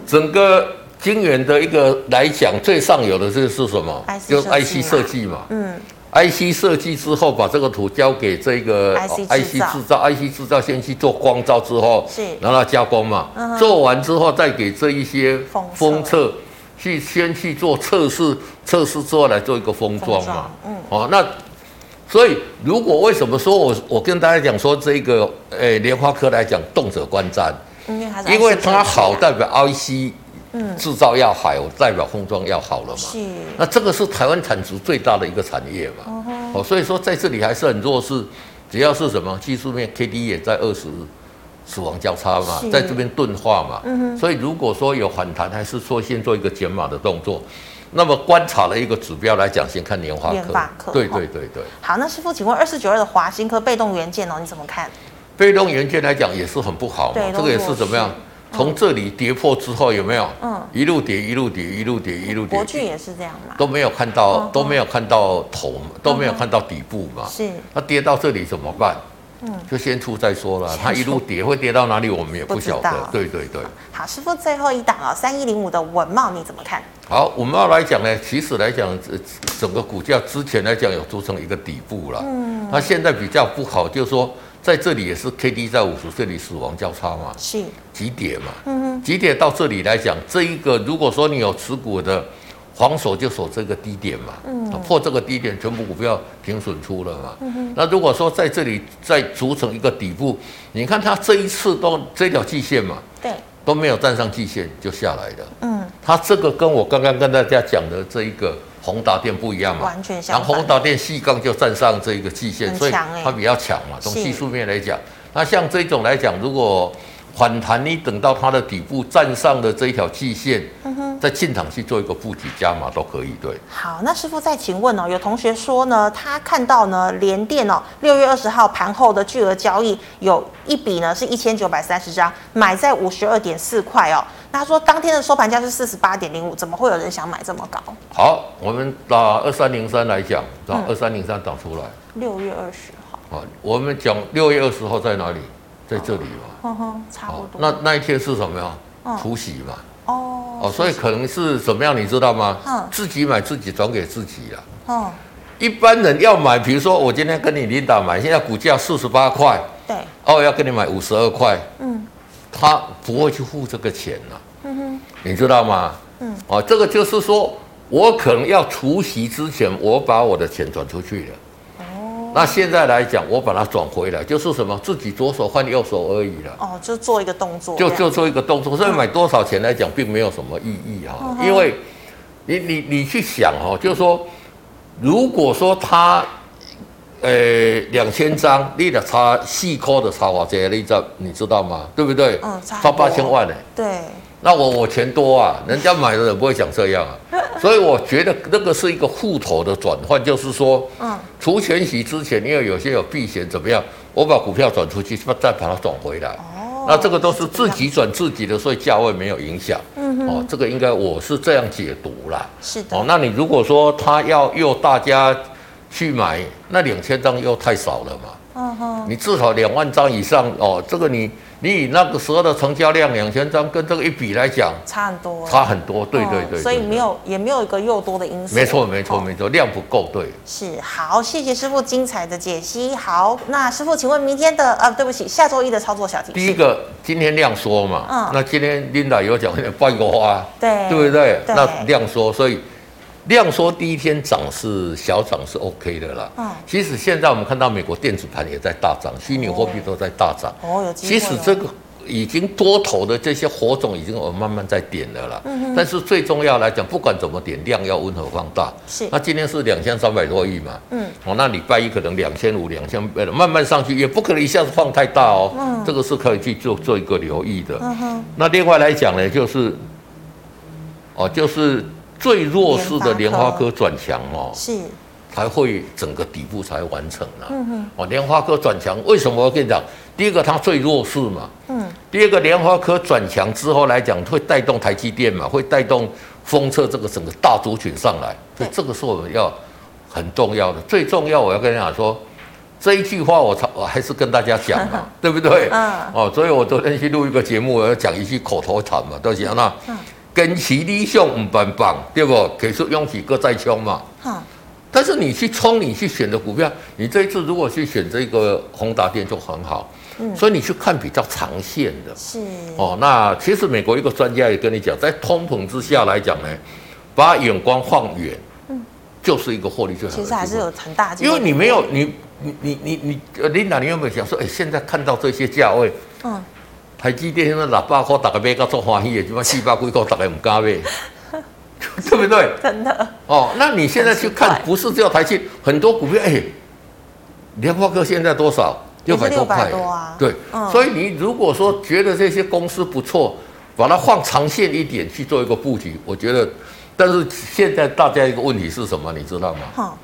[SPEAKER 2] 整个晶圆的一个来讲，最上游的这是什么
[SPEAKER 1] IC？
[SPEAKER 2] 就是
[SPEAKER 1] 设计
[SPEAKER 2] IC
[SPEAKER 1] 嘛
[SPEAKER 2] 设计嘛。
[SPEAKER 1] 嗯，
[SPEAKER 2] IC 设计之后，把这个图交给这个
[SPEAKER 1] IC
[SPEAKER 2] 哦
[SPEAKER 1] 制造
[SPEAKER 2] 制造，IC 制造先去做光照之后，
[SPEAKER 1] 是
[SPEAKER 2] 然后加工嘛。
[SPEAKER 1] 嗯哼
[SPEAKER 2] 做完之后，再给这一些
[SPEAKER 1] 封测
[SPEAKER 2] 封测去先去做测试，测试之后来做一个封装
[SPEAKER 1] 封
[SPEAKER 2] 嘛
[SPEAKER 1] 装。嗯，
[SPEAKER 2] 哦，那所以如果为什么说我我跟大家讲说这个诶莲花科来讲，动辄观瞻。
[SPEAKER 1] 嗯因为它是
[SPEAKER 2] 因为
[SPEAKER 1] IC
[SPEAKER 2] 它好，
[SPEAKER 1] 设计啊
[SPEAKER 2] 代表 IC 制造要好，代表封装要好了嘛。
[SPEAKER 1] 嗯是
[SPEAKER 2] 那这个是台湾产值最大的一个产业嘛。哦，所以说在这里还是很弱势，只要是什么技术面，KD 也在二十死亡交叉嘛
[SPEAKER 1] 是，嗯
[SPEAKER 2] 在这边钝化嘛。所以如果说有反弹，还是说先做一个减码的动作。那么观察了一个指标来讲，先看莲花科。
[SPEAKER 1] 联发科
[SPEAKER 2] 对
[SPEAKER 1] 哦
[SPEAKER 2] 对对对，
[SPEAKER 1] 好，那师傅，请问二四九二的华新科被动元件哦，你怎么看？
[SPEAKER 2] 被动元件来讲也是很不好嘛
[SPEAKER 1] 对，
[SPEAKER 2] 这个也
[SPEAKER 1] 都弱
[SPEAKER 2] 是
[SPEAKER 1] 势
[SPEAKER 2] 怎么样？从这里跌破之后有没有？
[SPEAKER 1] 嗯
[SPEAKER 2] 一路跌，一路跌，一路跌，一路跌
[SPEAKER 1] 国，巨啊嗯也是这样嘛？
[SPEAKER 2] 都没有看到，都没有看到头，都没有看到底部嘛。
[SPEAKER 1] 嗯是嗯
[SPEAKER 2] 那跌到这里怎么办？就先出再说了。它一路跌会跌到哪里，我们也不晓
[SPEAKER 1] 不知道
[SPEAKER 2] 得。对对对。
[SPEAKER 1] 好，师傅最后一档哦，三一零五的文茂你怎么看？
[SPEAKER 2] 好，我们要来讲呢，其实来讲，呃整个股价之前来讲有组成一个底部了。嗯。那现在比较不好，就是说在这里也是 K D 在五十这里死亡交叉嘛。
[SPEAKER 1] 是
[SPEAKER 2] 几点嘛，几点到这里来讲，这一个如果说你有持股的，防守就守这个低点嘛，破这个低点，全部股票停损出了嘛。那如果说在这里再组成一个底部，你看它这一次都这条季线嘛，
[SPEAKER 1] 对，
[SPEAKER 2] 都没有站上季线就下来了。
[SPEAKER 1] 嗯，
[SPEAKER 2] 它这个跟我刚刚跟大家讲的这一个宏达电不一样嘛，
[SPEAKER 1] 完全相
[SPEAKER 2] 然
[SPEAKER 1] 反
[SPEAKER 2] 后宏达电细杠就站上这个季线，
[SPEAKER 1] 很
[SPEAKER 2] 所以
[SPEAKER 1] 强欸
[SPEAKER 2] 它比较强嘛。从
[SPEAKER 1] 是
[SPEAKER 2] 技术面来讲，那像这种来讲，如果反弹你等到它的底部站上的这一条季线，
[SPEAKER 1] 嗯
[SPEAKER 2] 在进场去做一个布局加码都可以。对，
[SPEAKER 1] 好，那师傅再请问哦，有同学说呢，他看到呢联电哦，六月二十号盘后的巨额交易有一笔呢是一千九百三十张，买在五十二点四块哦。那他说当天的收盘价是四十八点零五，怎么会有人想买这么高？
[SPEAKER 2] 好，我们打二三零三来讲，
[SPEAKER 1] 嗯
[SPEAKER 2] 打二三零三打出来
[SPEAKER 1] 六月二十号，
[SPEAKER 2] 啊，我们讲六月二十号在哪里？在这里嘛。
[SPEAKER 1] 哼哼，差不
[SPEAKER 2] 好，
[SPEAKER 1] 多。
[SPEAKER 2] 那哦那一天是什么呀
[SPEAKER 1] 嗯？
[SPEAKER 2] 除夕嘛。
[SPEAKER 1] 哦，
[SPEAKER 2] 哦，所以可能是怎么样，你知道吗？
[SPEAKER 1] 嗯
[SPEAKER 2] 自己买自己转给自己啊。
[SPEAKER 1] 嗯，
[SPEAKER 2] 一般人要买，比如说我今天跟你领导买，现在股价四十八块，
[SPEAKER 1] 对，
[SPEAKER 2] 哦，要跟你买五十二块，
[SPEAKER 1] 嗯，
[SPEAKER 2] 他不会去付这个钱呐、
[SPEAKER 1] 嗯哼，
[SPEAKER 2] 你知道吗？
[SPEAKER 1] 嗯，
[SPEAKER 2] 哦，这个就是说我可能要除夕之前，我把我的钱转出去了。哦，那现在来讲，我把它转回来，就是什么，自己左手换右手而已了。
[SPEAKER 1] 哦，就做一个动作这
[SPEAKER 2] 就
[SPEAKER 1] 样，
[SPEAKER 2] 就做一个动作，所以买多少钱来讲，并没有什么意义
[SPEAKER 1] 嗯
[SPEAKER 2] 哈，因为你你你去想哦，就是说，如果说它呃两千张，你的差细颗的差华这你知你知道吗？对不对？
[SPEAKER 1] 嗯差很
[SPEAKER 2] 差
[SPEAKER 1] 多
[SPEAKER 2] 八千万呢、
[SPEAKER 1] 对，
[SPEAKER 2] 那我我钱多啊，人家买的人不会想这 样啊，所以我觉得那个是一个户头的转换，就是说，
[SPEAKER 1] 嗯，
[SPEAKER 2] 除权息之前，因为有些有避险怎么样，我把股票转出去，再把它转回来。
[SPEAKER 1] 哦
[SPEAKER 2] 那这个都是自己转自己的，所以价位没有影响。嗯哦，这个应该我是这样解读啦。
[SPEAKER 1] 是的，
[SPEAKER 2] 哦，那你如果说他要诱大家去买，那两千张又太少了嘛。
[SPEAKER 1] 嗯哼，
[SPEAKER 2] 你至少两万张以上哦，这个你你以那个时候的成交量两千张跟这个一比来讲，
[SPEAKER 1] 差很多，
[SPEAKER 2] 差很多。对
[SPEAKER 1] 嗯
[SPEAKER 2] 对对，
[SPEAKER 1] 所以
[SPEAKER 2] 对
[SPEAKER 1] 没。有也没有一个诱多的因素，
[SPEAKER 2] 没错没错
[SPEAKER 1] 哦
[SPEAKER 2] 没错，量不够。对，
[SPEAKER 1] 是好，谢谢师傅精彩的解析。好，那师傅，请问明天的呃，对不起，下周一的操作小提
[SPEAKER 2] 第一
[SPEAKER 1] 示，
[SPEAKER 2] 个今天量缩嘛，
[SPEAKER 1] 嗯
[SPEAKER 2] 那今天 Linda 有讲 半个花。
[SPEAKER 1] 对
[SPEAKER 2] 对不对？
[SPEAKER 1] 对
[SPEAKER 2] 那量缩，所以量缩第一天涨是小涨是 OK 的啦。
[SPEAKER 1] 嗯哦
[SPEAKER 2] 其实现在我们看到美国电子盘也在大涨，虚拟货币都在大涨。
[SPEAKER 1] 哦，有机会
[SPEAKER 2] 其实这个已经多头的这些火种已经有慢慢在点了啦。
[SPEAKER 1] 嗯
[SPEAKER 2] 但是最重要来讲，不管怎么点，量要温和放大。
[SPEAKER 1] 是
[SPEAKER 2] 那今天是两千三百多亿嘛。
[SPEAKER 1] 嗯。
[SPEAKER 2] 哦，那礼拜一可能两千五、两千，呃慢慢上去，也不可能一下子放太大哦。嗯。这个是可以去做做一个留意的。
[SPEAKER 1] 嗯哼，
[SPEAKER 2] 那另外来讲呢，就是，哦，就是最弱势的
[SPEAKER 1] 联
[SPEAKER 2] 莲
[SPEAKER 1] 发
[SPEAKER 2] 花
[SPEAKER 1] 科
[SPEAKER 2] 科转强哦，
[SPEAKER 1] 是，嗯
[SPEAKER 2] 才会整个底部才完成啦、哦，莲花科转强，为什么我跟你讲？第一个它最弱势嘛，
[SPEAKER 1] 嗯，
[SPEAKER 2] 第二个莲花科转强之后来讲，会带动台积电嘛，会带动封测这个整个大族群上来，所以
[SPEAKER 1] 对
[SPEAKER 2] 这个是我们要很重要的。最重要，我要跟你讲说。这一句话我常我还是跟大家讲 嘛，对不对？
[SPEAKER 1] 嗯
[SPEAKER 2] 哦，所以我昨天去录一个节目，我要讲一句口头禅嘛，都讲那
[SPEAKER 1] 嗯，
[SPEAKER 2] 跟其理想唔棒棒，对不？可以说用几个再冲嘛。
[SPEAKER 1] 哈，
[SPEAKER 2] 但是你去冲，你去选的股票，你这一次如果去选这个宏达电就很好，
[SPEAKER 1] 嗯
[SPEAKER 2] 所以你去看比较长线的
[SPEAKER 1] 是，
[SPEAKER 2] 哦。那其实美国一个专家也跟你讲，在通膨之下来讲呢，把眼光放远，就是一个获利最好的
[SPEAKER 1] 其
[SPEAKER 2] 机
[SPEAKER 1] 实
[SPEAKER 2] 会。
[SPEAKER 1] 还是有很大机会
[SPEAKER 2] 因
[SPEAKER 1] 的，
[SPEAKER 2] 为你没有你你你你你呃，琳达，你有没有想说，哎、现在看到这些价位，
[SPEAKER 1] 嗯，
[SPEAKER 2] 台积电现在六百块，大家买到做欢喜的，就妈四百几块，大家唔敢 买，对不对？
[SPEAKER 1] 真的，
[SPEAKER 2] 哦，那你现在去看
[SPEAKER 1] 很奇怪，
[SPEAKER 2] 不是只有台积，很多股票，哎、联发科现在多少？
[SPEAKER 1] 也
[SPEAKER 2] 六
[SPEAKER 1] 是
[SPEAKER 2] 百多块
[SPEAKER 1] 600多啊
[SPEAKER 2] 对，
[SPEAKER 1] 嗯
[SPEAKER 2] 所以你如果说觉得这些公司不错，把它放长线一点去做一个布局，我觉得。但是现在大家一个问题是什么，你知道吗？
[SPEAKER 1] 哈，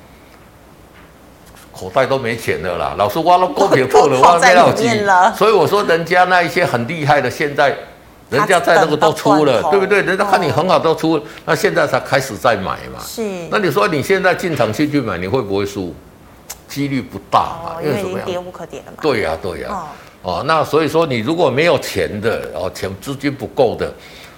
[SPEAKER 2] 口袋都没钱了啦，老师挖了公平破了，
[SPEAKER 1] 都
[SPEAKER 2] 挖
[SPEAKER 1] 放
[SPEAKER 2] 不
[SPEAKER 1] 在
[SPEAKER 2] 了
[SPEAKER 1] 里面
[SPEAKER 2] 几
[SPEAKER 1] 了
[SPEAKER 2] 所以我说人家那一些很厉害的，现在人家在那个都出
[SPEAKER 1] 他等
[SPEAKER 2] 了
[SPEAKER 1] 到，
[SPEAKER 2] 对不对？人家看你
[SPEAKER 1] 哦
[SPEAKER 2] 很嗯好都出了，那现在才开始在买嘛。
[SPEAKER 1] 是
[SPEAKER 2] 那，你说你现在进场进去买，你会不会输？几率不大嘛，
[SPEAKER 1] 哦，
[SPEAKER 2] 因
[SPEAKER 1] 因为
[SPEAKER 2] 为
[SPEAKER 1] 已
[SPEAKER 2] 怎么
[SPEAKER 1] 经
[SPEAKER 2] 样
[SPEAKER 1] 跌？无可跌了嘛，
[SPEAKER 2] 对呀、对呀、
[SPEAKER 1] 哦
[SPEAKER 2] 哦，那所以说你如果没有钱的，哦，钱资金不够的，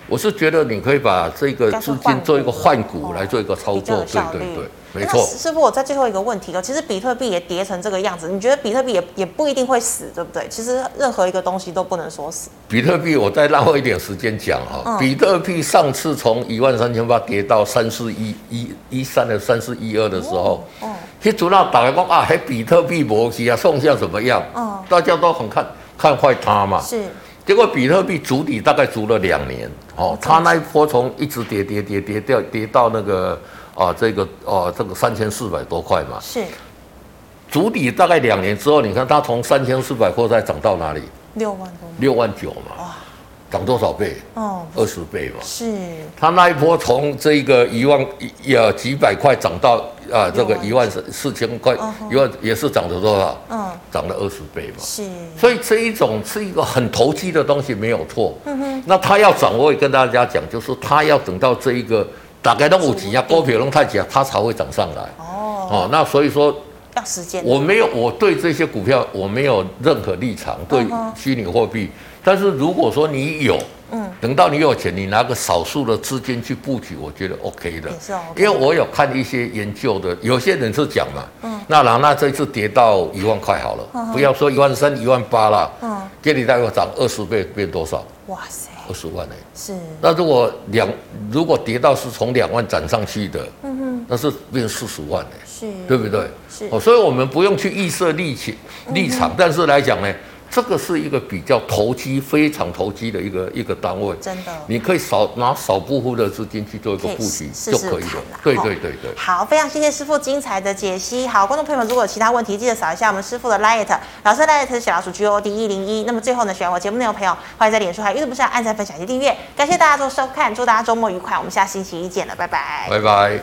[SPEAKER 2] 我是觉得你可以把这个资金做一个换股来做一个操
[SPEAKER 1] 哦比较
[SPEAKER 2] 作
[SPEAKER 1] 有，
[SPEAKER 2] 对
[SPEAKER 1] 效率。
[SPEAKER 2] 对对，没
[SPEAKER 1] 那
[SPEAKER 2] 错。
[SPEAKER 1] 师傅，我在最后一个问题哦，其实比特币也跌成这个样子，你觉得比特币也也不一定会死，对不对？其实任何一个东西都不能说死。
[SPEAKER 2] 比特币，我再浪费一点时间讲哈、
[SPEAKER 1] 嗯
[SPEAKER 2] 比特币上次从一万三千八跌到三四一一一三的三四一二的时候，
[SPEAKER 1] 哦，
[SPEAKER 2] 去主要打开讲啊，还比特币摩西啊，送向怎么样？
[SPEAKER 1] 嗯
[SPEAKER 2] 大家都很看看坏它嘛。
[SPEAKER 1] 是
[SPEAKER 2] 结果比特币筑底大概筑了两年，哦，它那一波从一直跌跌跌跌掉跌到那个啊这个哦这个三千四百多块嘛，
[SPEAKER 1] 是，
[SPEAKER 2] 筑底大概两年之后，你看它从三千四百块再涨到哪里？
[SPEAKER 1] 六万多吗？
[SPEAKER 2] 六万九嘛，涨多少倍？
[SPEAKER 1] 哦，
[SPEAKER 2] 二十倍嘛。
[SPEAKER 1] 是
[SPEAKER 2] 它那一波从这个一万一呃几百块涨到啊、这个一万哦四千块，一万也是涨了多少？
[SPEAKER 1] 嗯，
[SPEAKER 2] 涨了二十倍嘛。
[SPEAKER 1] 是
[SPEAKER 2] 所以这一种是一个很投机的东西，没有错。那他要掌握，也跟大家讲，就是他要等到这一个大概都五级啊，高铁龙太强，它才会涨上来。
[SPEAKER 1] 哦，
[SPEAKER 2] 哦，那所以说
[SPEAKER 1] 要时间。
[SPEAKER 2] 我没有，我对这些股票我没有任何立场，对
[SPEAKER 1] 嗯哼
[SPEAKER 2] 虚拟货币。但是如果说你有，
[SPEAKER 1] 嗯，
[SPEAKER 2] 等到你有钱，你拿个少数的资金去布局，我觉得 OK 的。
[SPEAKER 1] 也是 OK 的
[SPEAKER 2] 因为我有看一些研究的，有些人是讲嘛，嗯，那然那这次跌到一万块好了，不要说一万三、一万八啦，
[SPEAKER 1] 嗯，
[SPEAKER 2] 给你大概涨二十倍，变多少？
[SPEAKER 1] 哇塞，
[SPEAKER 2] 二十万呢、
[SPEAKER 1] 是
[SPEAKER 2] 那如果两如果跌到是从两万涨上去的，嗯哼，那是变四十万呢、
[SPEAKER 1] 是，
[SPEAKER 2] 对不对？
[SPEAKER 1] 是嗯
[SPEAKER 2] 哦，所以我们不用去预设立起立场，但是来讲呢，这个是一个比较投机、非常投机的一个一个单位。
[SPEAKER 1] 真的。
[SPEAKER 2] 你可以少拿少部分的资金去做一个
[SPEAKER 1] 可以
[SPEAKER 2] 布局
[SPEAKER 1] 试
[SPEAKER 2] 就
[SPEAKER 1] 试
[SPEAKER 2] 可以
[SPEAKER 1] 看
[SPEAKER 2] 了
[SPEAKER 1] 啦。
[SPEAKER 2] 对
[SPEAKER 1] 哦
[SPEAKER 2] 对对对。
[SPEAKER 1] 好，非常谢谢师傅精彩的解析。好，观众朋友们，如果有其他问题，记得扫一下我们师傅的 liet，老师的 liet 是小老鼠 G O D 一零一。那么最后呢，喜欢我节目内容的朋友，欢迎在脸书还有 YouTube 上按赞、分享及订阅。感谢大家做收看，祝大家周末愉快，我们下星期一见了，拜拜。
[SPEAKER 2] 拜拜。